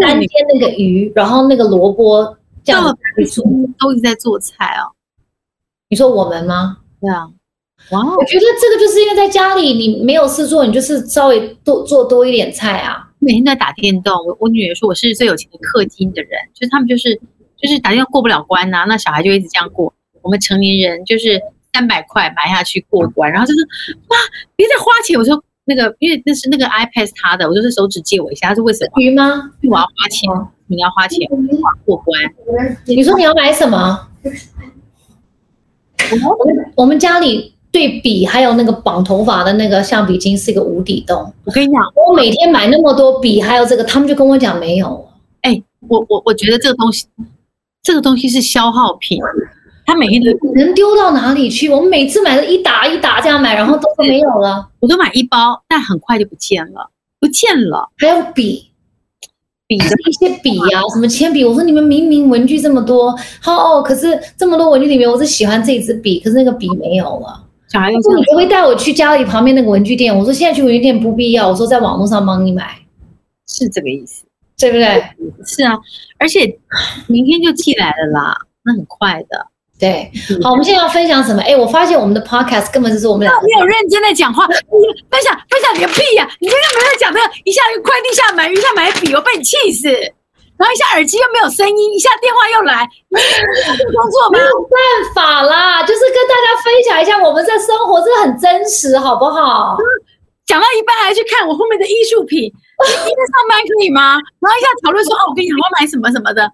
Speaker 2: 单煎那个鱼，然后那个萝卜这样
Speaker 1: 到了
Speaker 2: 子
Speaker 1: 厨都一直在做菜哦。
Speaker 2: 你说我们吗？
Speaker 1: 对啊，哇哦
Speaker 2: 我，觉得这个就是因为在家里你没有事做，你就是稍微多做多一点菜啊。
Speaker 1: 每天都在打电动。我我女儿说我是最有钱的氪金的人，就是他们就是就是打电话过不了关呐、那小孩就一直这样过。我们成年人就是三百块买下去过关，然后就是妈别再花钱。我说那个因为那是那个 iPad 是他的，我就是手指借我一下。他说为什么？
Speaker 2: 鱼吗？
Speaker 1: 因为我要花钱，你要花钱
Speaker 2: 哦
Speaker 1: 过关。
Speaker 2: 你说你要买什么？我们我们家里对比还有那个绑头发的那个橡皮筋是一个无底洞。
Speaker 1: 我跟你讲，
Speaker 2: 我每天买那么多笔，还有这个，他们就跟我讲没有。
Speaker 1: 哎我我我觉得这个东西，这个东西是消耗品，他每天都
Speaker 2: 能丢到哪里去？我们每次买了一打一打这样买，然后都说没有了，
Speaker 1: 我都买一包，但很快就不见了，不见了。
Speaker 2: 还有笔。
Speaker 1: 比的
Speaker 2: 一些笔啊，什么铅笔，我说你们明明文具这么多，他说哦，可是这么多文具里面，我只喜欢这一支笔，可是那个笔没有了。
Speaker 1: 小孩又
Speaker 2: 他
Speaker 1: 说
Speaker 2: 说你可不可以带我去家里旁边那个文具店？我说现在去文具店不必要，我说在网络上帮你买，
Speaker 1: 是这个意思，
Speaker 2: 对不对？
Speaker 1: 是啊，而且明天就寄来了啦，那很快的。
Speaker 2: 对，好，我们现在要分享什么？哎，我发现我们的 podcast 根本就是我们俩
Speaker 1: 哦没有认真的讲话，你分享分享你个屁呀、你今天没有讲的，一下又快递下买，一下买笔，我被你气死。然后一下耳机又没有声音，一下电话又来，你是工作吗
Speaker 2: 没？有办法啦，就是跟大家分享一下我们在生活，这很真实，好不好？
Speaker 1: 讲到一半还去看我后面的艺术品，你今天上班可以吗？然后一下讨论说，哦，我跟你讲，我要买什么什么的，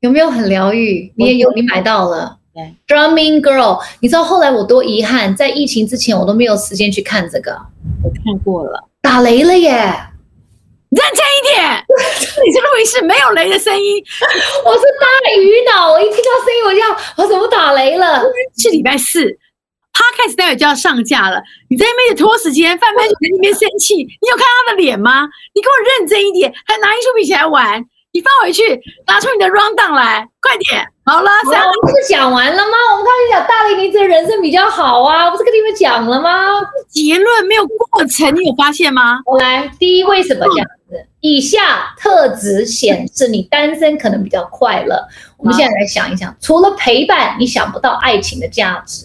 Speaker 2: 有没有很疗愈？你也有，你买到了。
Speaker 1: 对
Speaker 2: Drumming Girl，你知道后来我多遗憾，在疫情之前我都没有时间去看这个，
Speaker 1: 我看过了。
Speaker 2: 打雷了耶！
Speaker 1: 你认真一 点，这里是录音室，没有雷的声音。
Speaker 2: 我是大鱼脑，我一听到声音我就要，我怎么打雷了？
Speaker 1: 是礼拜四，Podcast 待会就要上架了，你在那边拖时间，范范就在那边生气，你有看他的脸吗？你给我认真一点，还拿艺术品起来玩，你放回去，拿出你的 round down 来，快点。好了，
Speaker 2: 好
Speaker 1: 三
Speaker 2: 了，我们不是讲完了吗？我们刚才讲大雷，你这个人生比较好啊，我不是跟你们讲了吗？
Speaker 1: 结论没有过程，你有发现吗？
Speaker 2: 我来，第一为什么这样子？以下特质显示你单身可能比较快乐。我们现在来想一想，除了陪伴，你想不到爱情的价值。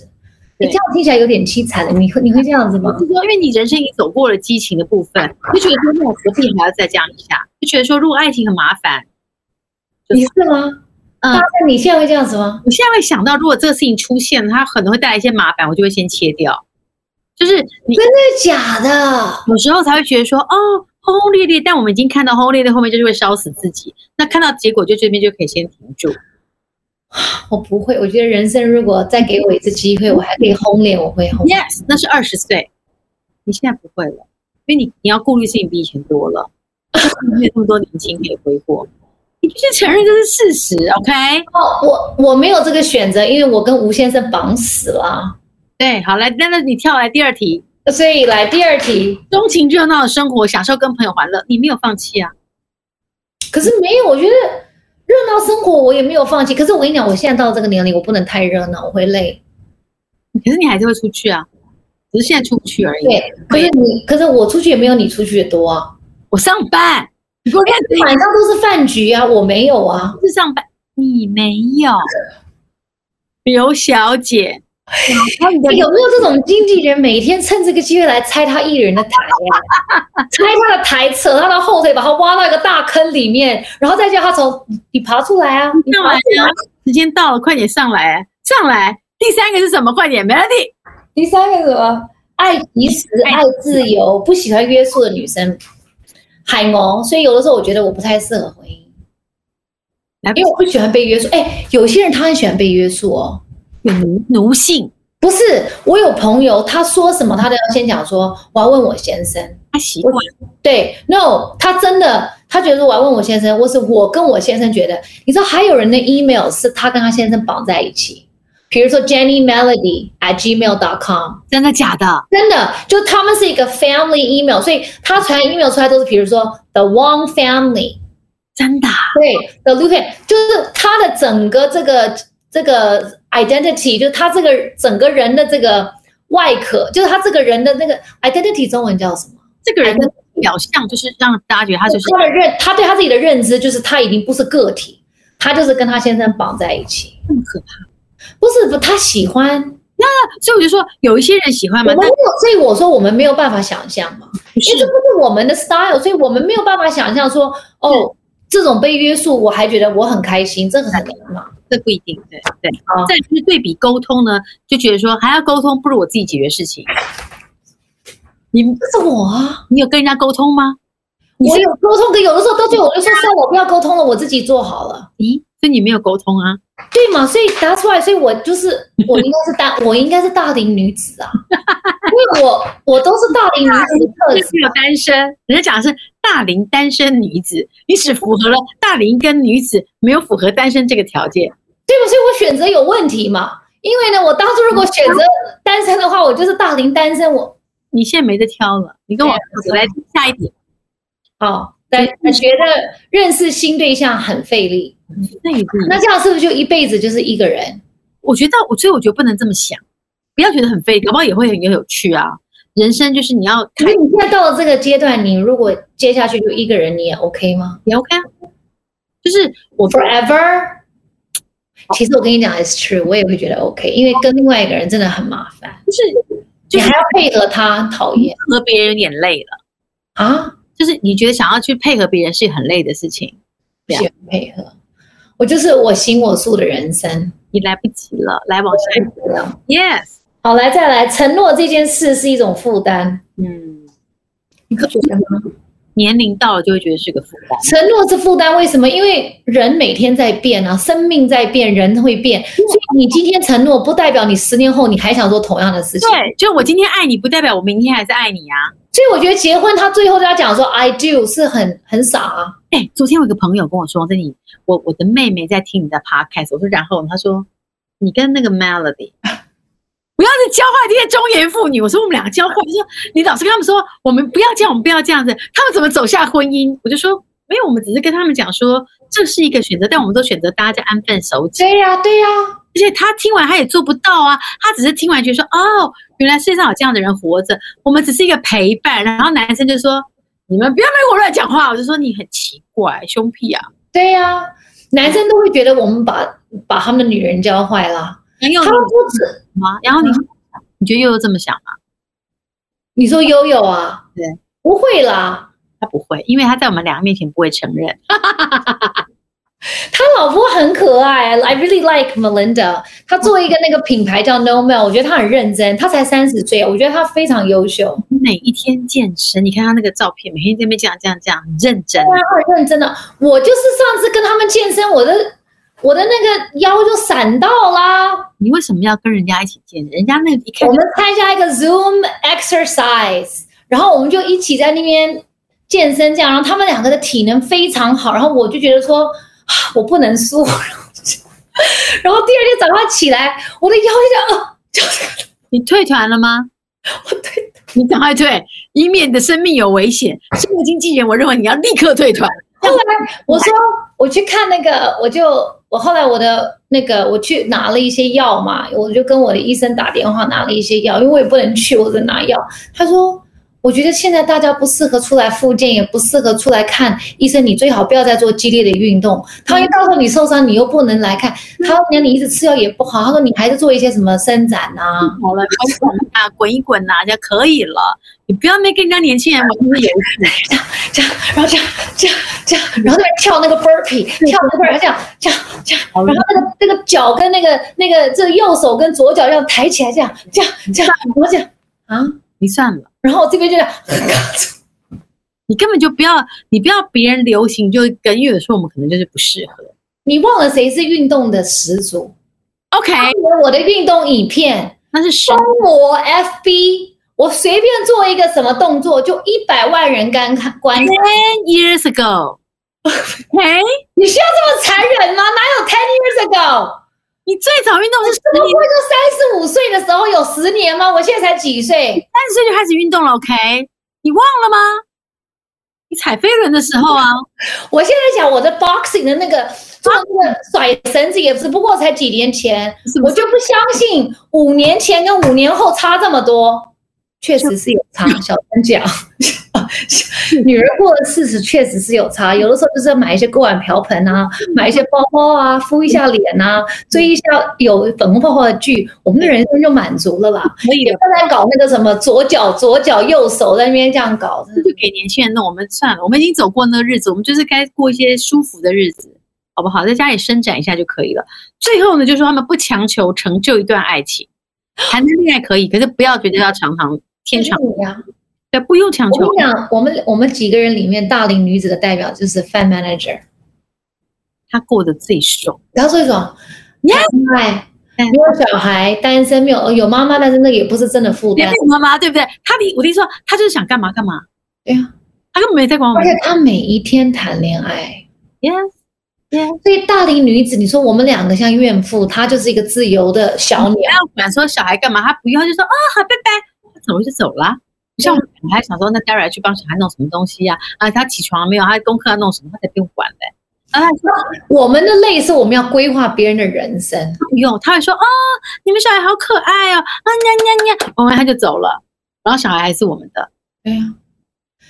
Speaker 2: 你
Speaker 1: 对
Speaker 2: 这样听起来有点凄惨了，你会你会这样子吗
Speaker 1: 我？是说，因为你人生已经走过了激情的部分，就觉得说，那我何必还要再这样一下？就觉得说，如果爱情很麻烦，
Speaker 2: 你是吗？
Speaker 1: 嗯
Speaker 2: 大概你现在会这样子吗？
Speaker 1: 我现在会想到，如果这个事情出现，它可能会带来一些麻烦，我就会先切掉。就是你
Speaker 2: 真的假的？
Speaker 1: 有时候才会觉得说，哦，轰轰烈烈，但我们已经看到轰轰烈烈后面就是会烧死自己。那看到结果就这边就可以先停住。
Speaker 2: 我不会，我觉得人生如果再给我一次机会，我还可以轰脸，我会轰。
Speaker 1: Yes，那是二十岁，你现在不会了，因为你你要顾虑事情比以前多了，没有那么多年轻可以挥霍。你必须承认这是事实，OK？
Speaker 2: 哦，我我没有这个选择，因为我跟吴先生绑死了。
Speaker 1: 对，好来，那那你跳来第二题，
Speaker 2: 所以来第二题，
Speaker 1: 钟情热闹的生活，享受跟朋友玩乐，你没有放弃啊？
Speaker 2: 可是没有，我觉得热闹生活我也没有放弃。可是我跟你讲，我现在到这个年龄，我不能太热闹，我会累。
Speaker 1: 可是你还是会出去啊，只是现在出不去而已。
Speaker 2: 对，可是你，可是我出去也没有你出去的多啊。
Speaker 1: 我上班，你给我练这一
Speaker 2: 晚上都是饭局啊，我没有啊。
Speaker 1: 次上班，你没有，刘小姐，然后你的
Speaker 2: 有没有这种经纪人每天趁这个机会来拆他艺人的台啊？ 拆他的台，扯他的后腿，把他挖到一个大坑里面，然后再叫他从你爬出来啊！你
Speaker 1: 干嘛
Speaker 2: 爬出来
Speaker 1: 呀？时间到了，快点上来，啊上来。第三个是什么？快点，没问题。
Speaker 2: 第三个是什么？爱及时、爱自由、不喜欢约束的女生，海牛。所以有的时候我觉得我不太适合婚姻，
Speaker 1: 来，
Speaker 2: 因为我不喜欢被约束。哎，有些人他很喜欢被约束哦。
Speaker 1: 奴奴性，
Speaker 2: 不是，我有朋友，他说什么他都要先讲说，我要问我先生。
Speaker 1: 他习惯。
Speaker 2: 对，no，他真的，他觉得我要问我先生，或是我跟我先生觉得，你知道还有人的 email 是他跟他先生绑在一起，比如说 Jenny Melody at gmail.com，
Speaker 1: 真的假的？
Speaker 2: 真的，就他们是一个 family email，所以他传 email 出来都是，比如说 the Wang family，
Speaker 1: 真的啊，
Speaker 2: 对，the Luke，就是他的整个这个这个 identity，就是他这个整个人的这个外壳，就是他这个人的那个 identity，中文叫什么？
Speaker 1: 这个人的表象就是让大家觉得他就是
Speaker 2: 他的认，他对他自己的认知就是他已经不是个体，他就是跟他先生绑在一起。
Speaker 1: 这么可怕。
Speaker 2: 不是不，他喜欢
Speaker 1: 所以我就说，有一些人喜欢
Speaker 2: 我
Speaker 1: 嘛，
Speaker 2: 们没
Speaker 1: 但
Speaker 2: 有，所以我说我们没有办法想象嘛，
Speaker 1: 不
Speaker 2: 因为
Speaker 1: 是
Speaker 2: 这不是我们的 style，所以我们没有办法想象说哦，这种被约束我还觉得我很开心，这个很难嘛。
Speaker 1: 这不一定，对对
Speaker 2: 啊。
Speaker 1: 再就是对比沟通呢，就觉得说还要沟通，不如我自己解决事情。你
Speaker 2: 这是我啊，
Speaker 1: 你有跟人家沟通吗？你
Speaker 2: 我
Speaker 1: 是
Speaker 2: 有沟通，可有的时候到最后我就说算了，我不要沟通了，我自己做好了。
Speaker 1: 咦，所以你没有沟通啊？
Speaker 2: 对嘛？所以 that's why，所以我 就是我应该是大，我应该是大龄女子啊，因为我我都是大龄女子的特质
Speaker 1: 这。是个单身，人家讲的是大龄单身女子，你只符合了大龄跟女子，没有符合单身这个条件。
Speaker 2: 对吧？所以我选择有问题嘛。因为呢，我当初如果选择单身的话，我就是大龄单身。我
Speaker 1: 你现在没得挑了，你跟我我来听下一点。
Speaker 2: 哦，但我觉得认识新对象很费力。
Speaker 1: 那也不一样。
Speaker 2: 那这样是不是就一辈子就是一个人？
Speaker 1: 我觉得，我所以我觉得不能这么想，不要觉得很费力，搞不好也会很有趣啊。人生就是你要
Speaker 2: 可
Speaker 1: 开
Speaker 2: 是你现在到了这个阶段，你如果接下去就一个人，你也 OK 吗
Speaker 1: 也 OK 啊，就是我
Speaker 2: ？Forever？其实我跟你讲，it's true，我也会觉得 OK，因为跟另外一个人真的很麻烦，
Speaker 1: 就是
Speaker 2: 你
Speaker 1: 就是
Speaker 2: 还要配合他，讨厌
Speaker 1: 和别人有点累了，
Speaker 2: 啊，
Speaker 1: 就是你觉得想要去配合别人是很累的事情，
Speaker 2: 不喜欢配合。我就是我行我素的人生。
Speaker 1: 你来不及了，来往下一步，yes，
Speaker 2: 好，来再来，承诺这件事是一种负担，
Speaker 1: 嗯，
Speaker 2: 你不觉得吗？
Speaker 1: 年龄到了就会觉得是个负担，
Speaker 2: 承诺是负担，为什么？因为人每天在变啊，生命在变，人会变，所以你今天承诺，不代表你十年后你还想做同样的事情。
Speaker 1: 对，就是我今天爱你，不代表我明天还是爱你啊。
Speaker 2: 所以我觉得结婚，他最后都要讲说 “I do” 是很很傻啊。
Speaker 1: 哎、昨天我有个朋友跟我说，这里我我的妹妹在听你的 podcast，我说然后呢她说你跟那个 Melody 不要再教坏这些中年妇女。我说我们两个教坏，就说你老是跟他们说我们不要这样，我们不要这样子，他们怎么走下婚姻？我就说没有，我们只是跟他们讲说这是一个选择，但我们都选择大家安分守己。
Speaker 2: 对呀、对呀、
Speaker 1: 而且他听完他也做不到啊，他只是听完觉得说哦，原来世界上有这样的人活着，我们只是一个陪伴。然后男生就说你们不要跟我乱讲话，我就说你很奇怪，胸屁啊。
Speaker 2: 对呀、男生都会觉得我们把把他们的女人教坏了，
Speaker 1: 然
Speaker 2: 他
Speaker 1: 后
Speaker 2: 们不止
Speaker 1: 吗？然后你、
Speaker 2: 嗯
Speaker 1: 你觉得悠悠这么想吗？
Speaker 2: 你说悠悠啊，
Speaker 1: 对，
Speaker 2: 不会啦，
Speaker 1: 他不会，因为他在我们两个面前不会承认。
Speaker 2: 他老婆很可爱，I really like Melinda。他做一个那个品牌叫 No Mail，我觉得他很认真。他才三十岁，我觉得他非常优秀。
Speaker 1: 每一天健身，你看他那个照片，每天在那边这样这样这样，很认真。
Speaker 2: 对啊，他很认真的。我就是上次跟他们健身，我的我的那个腰就闪到啦。
Speaker 1: 你为什么要跟人家一起健身？人家那一看
Speaker 2: 我
Speaker 1: 就
Speaker 2: 们参加一个 Zoom exercise，然后我们就一起在那边健身，这样。然后他们两个的体能非常好，然后我就觉得说， 啊我不能输。 然后第二天早上起来，我的腰就这样，呃 就是
Speaker 1: 你退团了吗？
Speaker 2: 我对。
Speaker 1: 你赶快退，以免你的生命有危险。身为经纪人，我认为你要立刻退团。
Speaker 2: 后来我说我去看那个，我就我后来我的那个我去拿了一些药嘛，我就跟我的医生打电话拿了一些药，因为我也不能去，我只能拿药。他说我觉得现在大家不适合出来复健，也不适合出来看医生。你最好不要再做激烈的运动。他万一到时候你受伤，你又不能来看。他说你一直吃药也不好。他说你还是做一些什么伸展啊呐、
Speaker 1: 好了，滚滚啊，滚一滚呐、就可以了。你不要没跟人家年轻人玩这个游戏，
Speaker 2: 这样，然后这样，这样，这样，然后在那边跳那个 burpee，跳那个 burpee，这样，这样，这样，
Speaker 1: 好
Speaker 2: 然后那个那个脚跟那个那个这个右手跟左脚这样抬起来，这样，这样，这样，然后这样啊，
Speaker 1: 你算了，
Speaker 2: 然后我这边就这样，
Speaker 1: 你根本就不要，你不要别人流行就跟，因为有时候我们可能就是不适合。
Speaker 2: 你忘了谁是运动的始祖？哎
Speaker 1: OK，
Speaker 2: 我的运动影片，
Speaker 1: 那是神
Speaker 2: 中国 FB，我随便做一个什么动作，就一百万人观看观看。
Speaker 1: ten years ago。OK，
Speaker 2: 你需要这么残忍吗？哪有 ten years ago？
Speaker 1: 你最早运动是
Speaker 2: 怎
Speaker 1: 十
Speaker 2: 么会
Speaker 1: 年，
Speaker 2: 就三十五岁的时候有十年吗？我现在才几岁？
Speaker 1: 三十岁就开始运动了。OK，你忘了吗？你踩飞轮的时候啊，
Speaker 2: 我现在想我的 boxing 的那个做那个甩绳子，也只不过才几年前，
Speaker 1: 是不
Speaker 2: 我
Speaker 1: 是？
Speaker 2: 就不相信五年前跟五年后差这么多。确实是有差，小 声讲。女人过了四十，确实是有差。有的时候就是要买一些锅碗瓢盆啊，
Speaker 1: 嗯
Speaker 2: 买一些包包啊，敷一下脸啊，追一下有粉红泡泡的剧，我们的人生就满足了啦。
Speaker 1: 可以
Speaker 2: 也
Speaker 1: 的，
Speaker 2: 不要再搞那个什么左脚左脚右手在那边这样搞，真的
Speaker 1: 就给年轻人弄。我们算了，我们已经走过那个日子，我们就是该过一些舒服的日子，好不好？在家里伸展一下就可以了。最后呢，就是说他们不强求成就一段爱情，谈个恋爱可以，可是不要觉得要常常天长，
Speaker 2: 就是你啊！
Speaker 1: 对，不用强
Speaker 2: 我
Speaker 1: 求
Speaker 2: 跟。你讲，我们我们几个人里面，大龄女子的代表就是 fan manager，
Speaker 1: 他过得自己爽，
Speaker 2: 然后这种，你看，
Speaker 1: 嗯
Speaker 2: 没有小孩，单身没有有妈妈，但是那也不是真的负
Speaker 1: 你
Speaker 2: 担
Speaker 1: 看，妈妈对不对？他你我听说他就是想干嘛干嘛，
Speaker 2: 对呀、
Speaker 1: 他根本没在管我
Speaker 2: 而
Speaker 1: 们
Speaker 2: 且。她每一天谈恋爱，
Speaker 1: Yes，
Speaker 2: 所以大龄女子，你说我们两个像怨妇，她就是一个自由的小鸟
Speaker 1: 不。要管说小孩干嘛，他不要就说啊好拜拜，他走了就走了。像我们小孩想说，那待会儿去帮小孩弄什么东西呀、啊？他起床了没有？他功课要弄什么？他才不用管嘞、然后他说
Speaker 2: 我们的累是我们要规划别人的人生，
Speaker 1: 不用，他会说哦，你们小孩好可爱哦，啊呀呀呀，完完他就走了。然后小孩还是我们的，
Speaker 2: 对呀、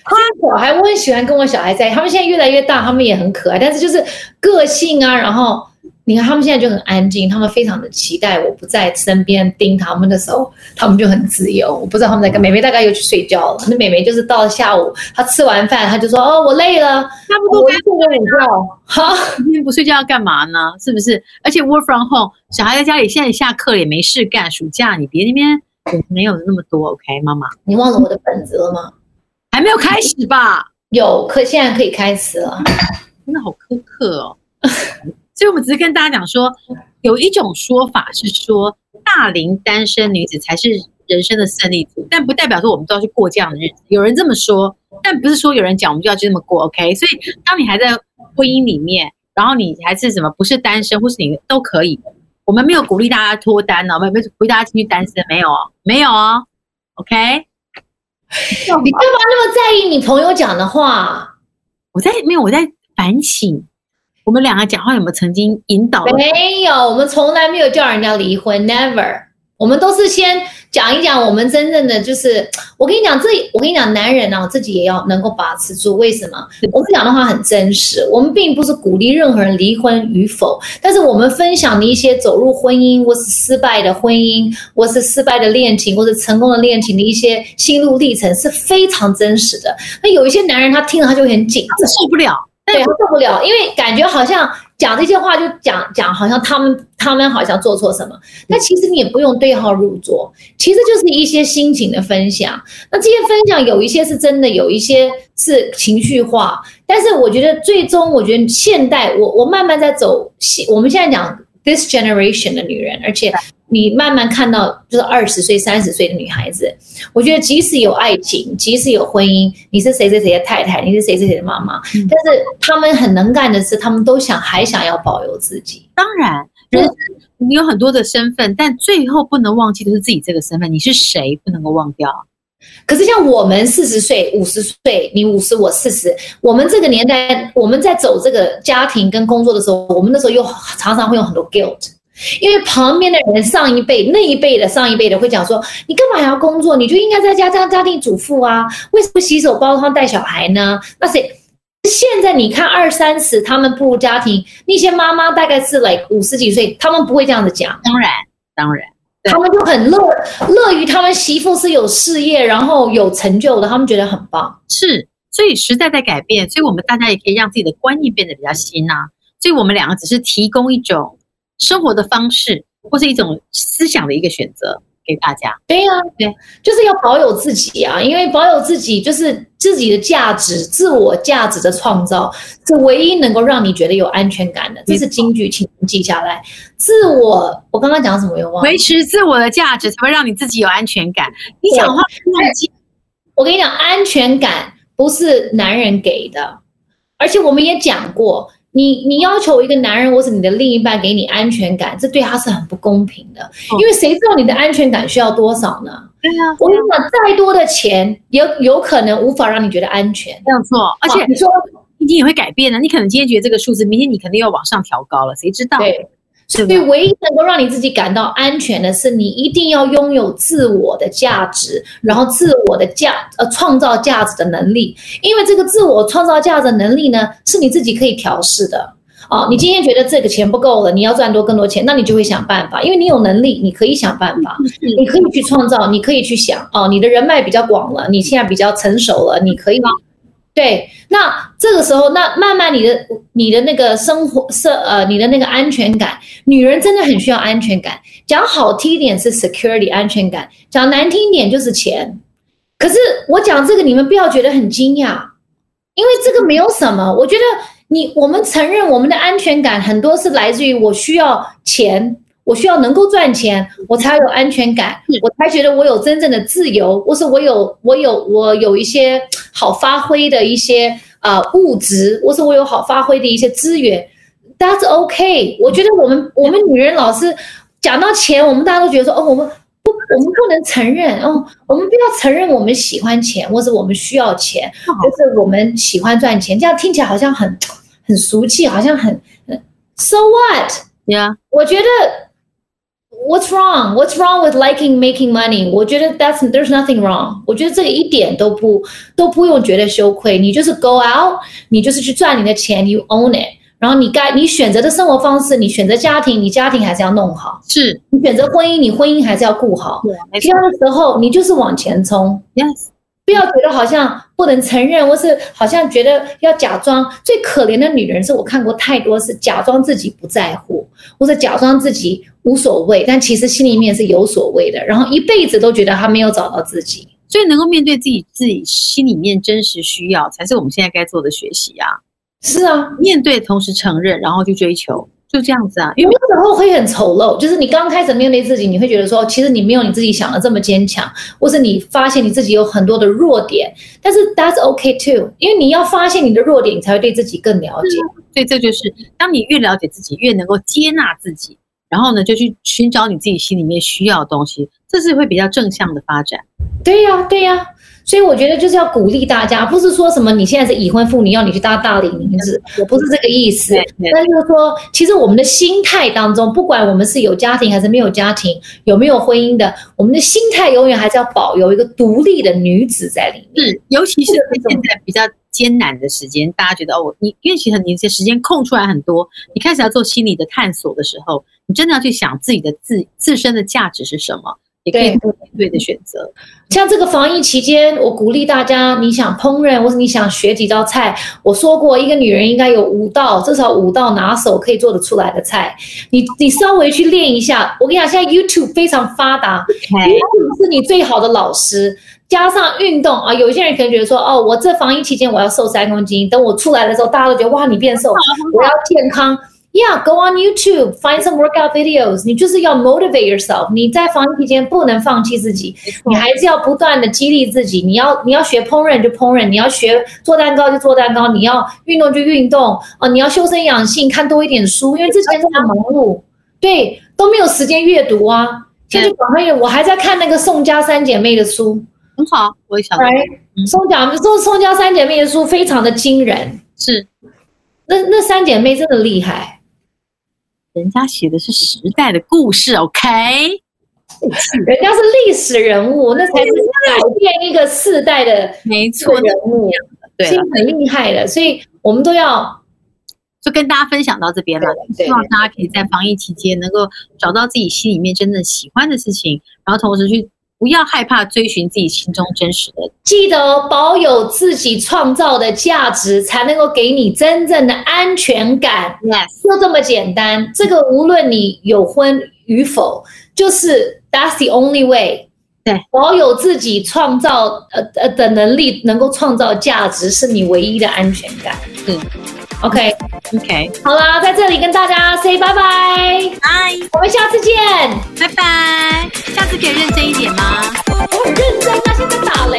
Speaker 2: 他小孩我很喜欢跟我小孩在一起，他们现在越来越大，他们也很可爱，但是就是个性啊，然后你看他们现在就很安静，他们非常的期待我不在身边盯他们的时候，他们就很自由。我不知道他们在干，美美大概又去睡觉了。那美美就是到了下午，她吃完饭，她就说哦我累了，
Speaker 1: 差不多
Speaker 2: 我
Speaker 1: 该
Speaker 2: 去睡个午觉。哈，
Speaker 1: 今天不睡觉要干嘛呢？是不是？而且 work from home，小孩在家里现在下课了也没事干，暑假你别那边我没有那么多，OK，妈妈
Speaker 2: 你忘了我的本子了吗？
Speaker 1: 还没有开始吧？
Speaker 2: 有，可现在可以开始 了。
Speaker 1: 真的好苛刻哦。 所以我们只是跟大家讲说，有一种说法是说，大龄单身女子才是人生的胜利组，但不代表说我们都要去过这样的日子。有人这么说，但不是说有人讲我们就要去这么过，OK？所以当你还在婚姻里面，然后你还是什么不是单身，或是你都可以。我们没有鼓励大家脱单呢、我们没有鼓励大家进去单身，没有哦，没有哦，OK？
Speaker 2: 你干嘛那么在意你朋友讲的话？
Speaker 1: 我在没有我在反省，我们两个讲话有没有曾经引导了
Speaker 2: 没有，我们从来没有叫人家离婚，never。我们都是先讲一讲我们真正的，就是我跟你讲，这我跟你讲，男人啊，自己也要能够把持住。为什么？我们讲的话很真实，我们并不是鼓励任何人离婚与否，但是我们分享的一些走入婚姻或是失败的婚姻，或是失败的恋情，或者成功的恋情的一些心路历程是非常真实的。那有一些男人他听了他就会很紧张，
Speaker 1: 受不了。
Speaker 2: 对，他受不了，因为感觉好像讲这些话就讲讲，好像他们他们好像做错什么。那其实你也不用对号入座，其实就是一些心情的分享。那这些分享有一些是真的，有一些是情绪化。但是我觉得最终，我觉得现代，我我慢慢在走，现我们现在讲 this generation 的女人，而且你慢慢看到就是二十岁、三十岁的女孩子，我觉得即使有爱情，即使有婚姻，你是谁谁谁的太太，你是谁谁谁的妈妈，但是他们很能干的是，他们都想还想要保有自己。
Speaker 1: 当然，
Speaker 2: 对
Speaker 1: 人生你有很多的身份，但最后不能忘记的是自己这个身份，你是谁不能够忘掉。
Speaker 2: 可是像我们四十岁、五十岁，你五十我四十，我们这个年代，我们在走这个家庭跟工作的时候，我们那时候又常常会有很多 guilt，因为旁边的人上一辈、那一辈的上一辈的会讲说，你干嘛还要工作？你就应该在家当家庭主妇啊，为什么洗手煲汤带小孩呢？那谁？现在你看二三十，他们步入家庭，那些妈妈大概是 like 五十几岁，他们不会这样子讲，
Speaker 1: 当然，当然，对
Speaker 2: 他们就很乐乐于他们媳妇是有事业，然后有成就的，他们觉得很棒。
Speaker 1: 是，所以时代在改变，所以我们大家也可以让自己的观念变得比较新呐、所以我们两个只是提供一种生活的方式，或是一种思想的一个选择给大家。
Speaker 2: 对呀、对，就是要保有自己啊，因为保有自己就是自己的价值、自我价值的创造，是唯一能够让你觉得有安全感的。这是金句，请记下来。自我，我刚刚讲什么我又忘了
Speaker 1: 维。持自我的价值，才会让你自己有安全感。你讲话忘记，
Speaker 2: 我跟你讲，安全感不是男人给的，而且我们也讲过，你你要求一个男人或者你的另一半给你安全感，这对他是很不公平的，因为谁知道你的安全感需要多少呢？
Speaker 1: 哦对啊，
Speaker 2: 我跟你讲，再多的钱也有可能无法让你觉得安全，
Speaker 1: 没有错。而且
Speaker 2: 你说
Speaker 1: 你也会改变的，你可能今天觉得这个数字，明天你肯定要往上调高了，谁知道？
Speaker 2: 对。
Speaker 1: 是
Speaker 2: 所以，
Speaker 1: 的，
Speaker 2: 唯一能够让你自己感到安全的是，你一定要拥有自我的价值，然后自我的价呃创造价值的能力。因为这个自我创造价值的能力呢，是你自己可以调试的。哦，你今天觉得这个钱不够了，你要赚多更多钱，那你就会想办法，因为你有能力，你可以想办法，你可以去创造，你可以去想。哦，你的人脉比较广了，你现在比较成熟了，你可以。对，那这个时候，那慢慢你的你的那个生活社呃，你的那个安全感，女人真的很需要安全感。讲好听一点是 security 安全感，讲难听一点就是钱。可是我讲这个，你们不要觉得很惊讶，因为这个没有什么。我觉得你我们承认我们的安全感很多是来自于我需要钱，我需要能够赚钱，我才有安全感
Speaker 1: 是，
Speaker 2: 我才觉得我有真正的自由，或是我有我有我有一些好发挥的一些呃物质，或是我有好发挥的一些资源。That's OK。我觉得我们我们女人老是讲到钱，我们大家都觉得说，哦，我们不，我们不能承认，哦，我们不要承认我们喜欢钱，或者我们需要钱，
Speaker 1: 不好
Speaker 2: 或者我们喜欢赚钱，这样听起来好像很很俗气，好像很很 So what？
Speaker 1: 呀，
Speaker 2: 我觉得 What's wrong? What's wrong with liking making money? 我觉得 that's there's nothing wrong。我觉得这个一点都不都不用觉得羞愧，你就是 go out，你就是去赚你的钱，you own it。然后你该你选择的生活方式，你选择家庭，你家庭还是要弄好；
Speaker 1: 是
Speaker 2: 你选择婚姻，你婚姻还是要顾好。
Speaker 1: 对，没错
Speaker 2: 挑的时候，你就是往前冲，
Speaker 1: ，yes，
Speaker 2: 不要觉得好像不能承认，或是好像觉得要假装。最可怜的女人是我看过太多是假装自己不在乎，或者假装自己无所谓，但其实心里面是有所谓的，然后一辈子都觉得她没有找到自己。
Speaker 1: 所以能够面对自己自己心里面真实需要，才是我们现在该做的学习啊。
Speaker 2: 是啊，
Speaker 1: 面对，同时承认，然后去追求，就这样子啊。因
Speaker 2: 有
Speaker 1: 为
Speaker 2: 没有时候会很丑陋？就是你刚开始面对自己，你会觉得说，其实你没有你自己想的这么坚强，或是你发现你自己有很多的弱点，但是 that's okay too，因为你要发现你的弱点，你才会对自己更了解。
Speaker 1: 所以这就是，当你越了解自己，越能够接纳自己，然后呢，就去寻找你自己心里面需要的东西，这是会比较正向的发展。
Speaker 2: 对呀、对呀、所以我觉得就是要鼓励大家，不是说什么你现在是已婚妇女要你去搭大龄女子，我不是这个意思。
Speaker 1: 对
Speaker 2: 但是就是说，其实我们的心态当中，不管我们是有家庭还是没有家庭，有没有婚姻的，我们的心态永远还是要保有一个独立的女子在里面。
Speaker 1: 是，尤其是在现在比较艰难的时间，大家觉得哦，我你因为其实你的时间空出来很多，你开始要做心理的探索的时候，你真的要去想自己的自自身的价值是什么，也可以
Speaker 2: 对
Speaker 1: 做对的选择。
Speaker 2: 像这个防疫期间，我鼓励大家，你想烹饪或是你想学几道菜，我说过，一个女人应该有五道，至少五道拿手可以做得出来的菜。你你稍微去练一下，我跟你讲，现在 YouTube 非常发达，
Speaker 1: OK，
Speaker 2: YouTube 是你最好的老师。加上运动啊，有一些人可能觉得说，哦，我这防疫期间我要瘦三公斤，等我出来的时候，大家都觉得哇，你变瘦，我要健康。Yeah, go on YouTube, find some workout videos. 你就是要 motivate yourself. 你在防疫期间不能放弃自己，你还是要不断的激励自己。你要你要学烹饪就烹饪，你要学做蛋糕就做蛋糕，你要运动就运动哦、你要修身养性，看多一点书，因为之前都很忙碌，对，都没有时间阅读啊。现在就赶快阅，我还在看那个宋家三姐妹的书，
Speaker 1: 很好，我也想到
Speaker 2: 来，宋家宋宋家三姐妹的书非常的惊人，
Speaker 1: 是
Speaker 2: 那那三姐妹真的厉害。
Speaker 1: 人家写的是时代的故事，OK？
Speaker 2: 人家是历史人物，那才是改变一个世代的
Speaker 1: 没
Speaker 2: 这个
Speaker 1: 错，
Speaker 2: 人物，
Speaker 1: 对啊
Speaker 2: 是
Speaker 1: 了，
Speaker 2: 很厉害的。所以我们都要
Speaker 1: 就跟大家分享到这边了。
Speaker 2: 对
Speaker 1: 希望大家可以在防疫期间能够找到自己心里面真正喜欢的事情，然后同时去不要害怕追寻自己心中真实的。
Speaker 2: 记得哦保有自己创造的价值，才能够给你真正的安全感。
Speaker 1: Yes，
Speaker 2: 就这么简单。这个无论你有婚与否，就是 that's the only way。
Speaker 1: 对，
Speaker 2: 保有自己创造呃呃的能力，能够创造价值，是你唯一的安全感。
Speaker 1: 是
Speaker 2: OK，
Speaker 1: OK，
Speaker 2: 好啦，在这里跟大家 say 拜拜，
Speaker 1: 拜
Speaker 2: 我们下次见。
Speaker 1: 拜拜，下次可以认真一点吗？
Speaker 2: 我很认真啊，现在打雷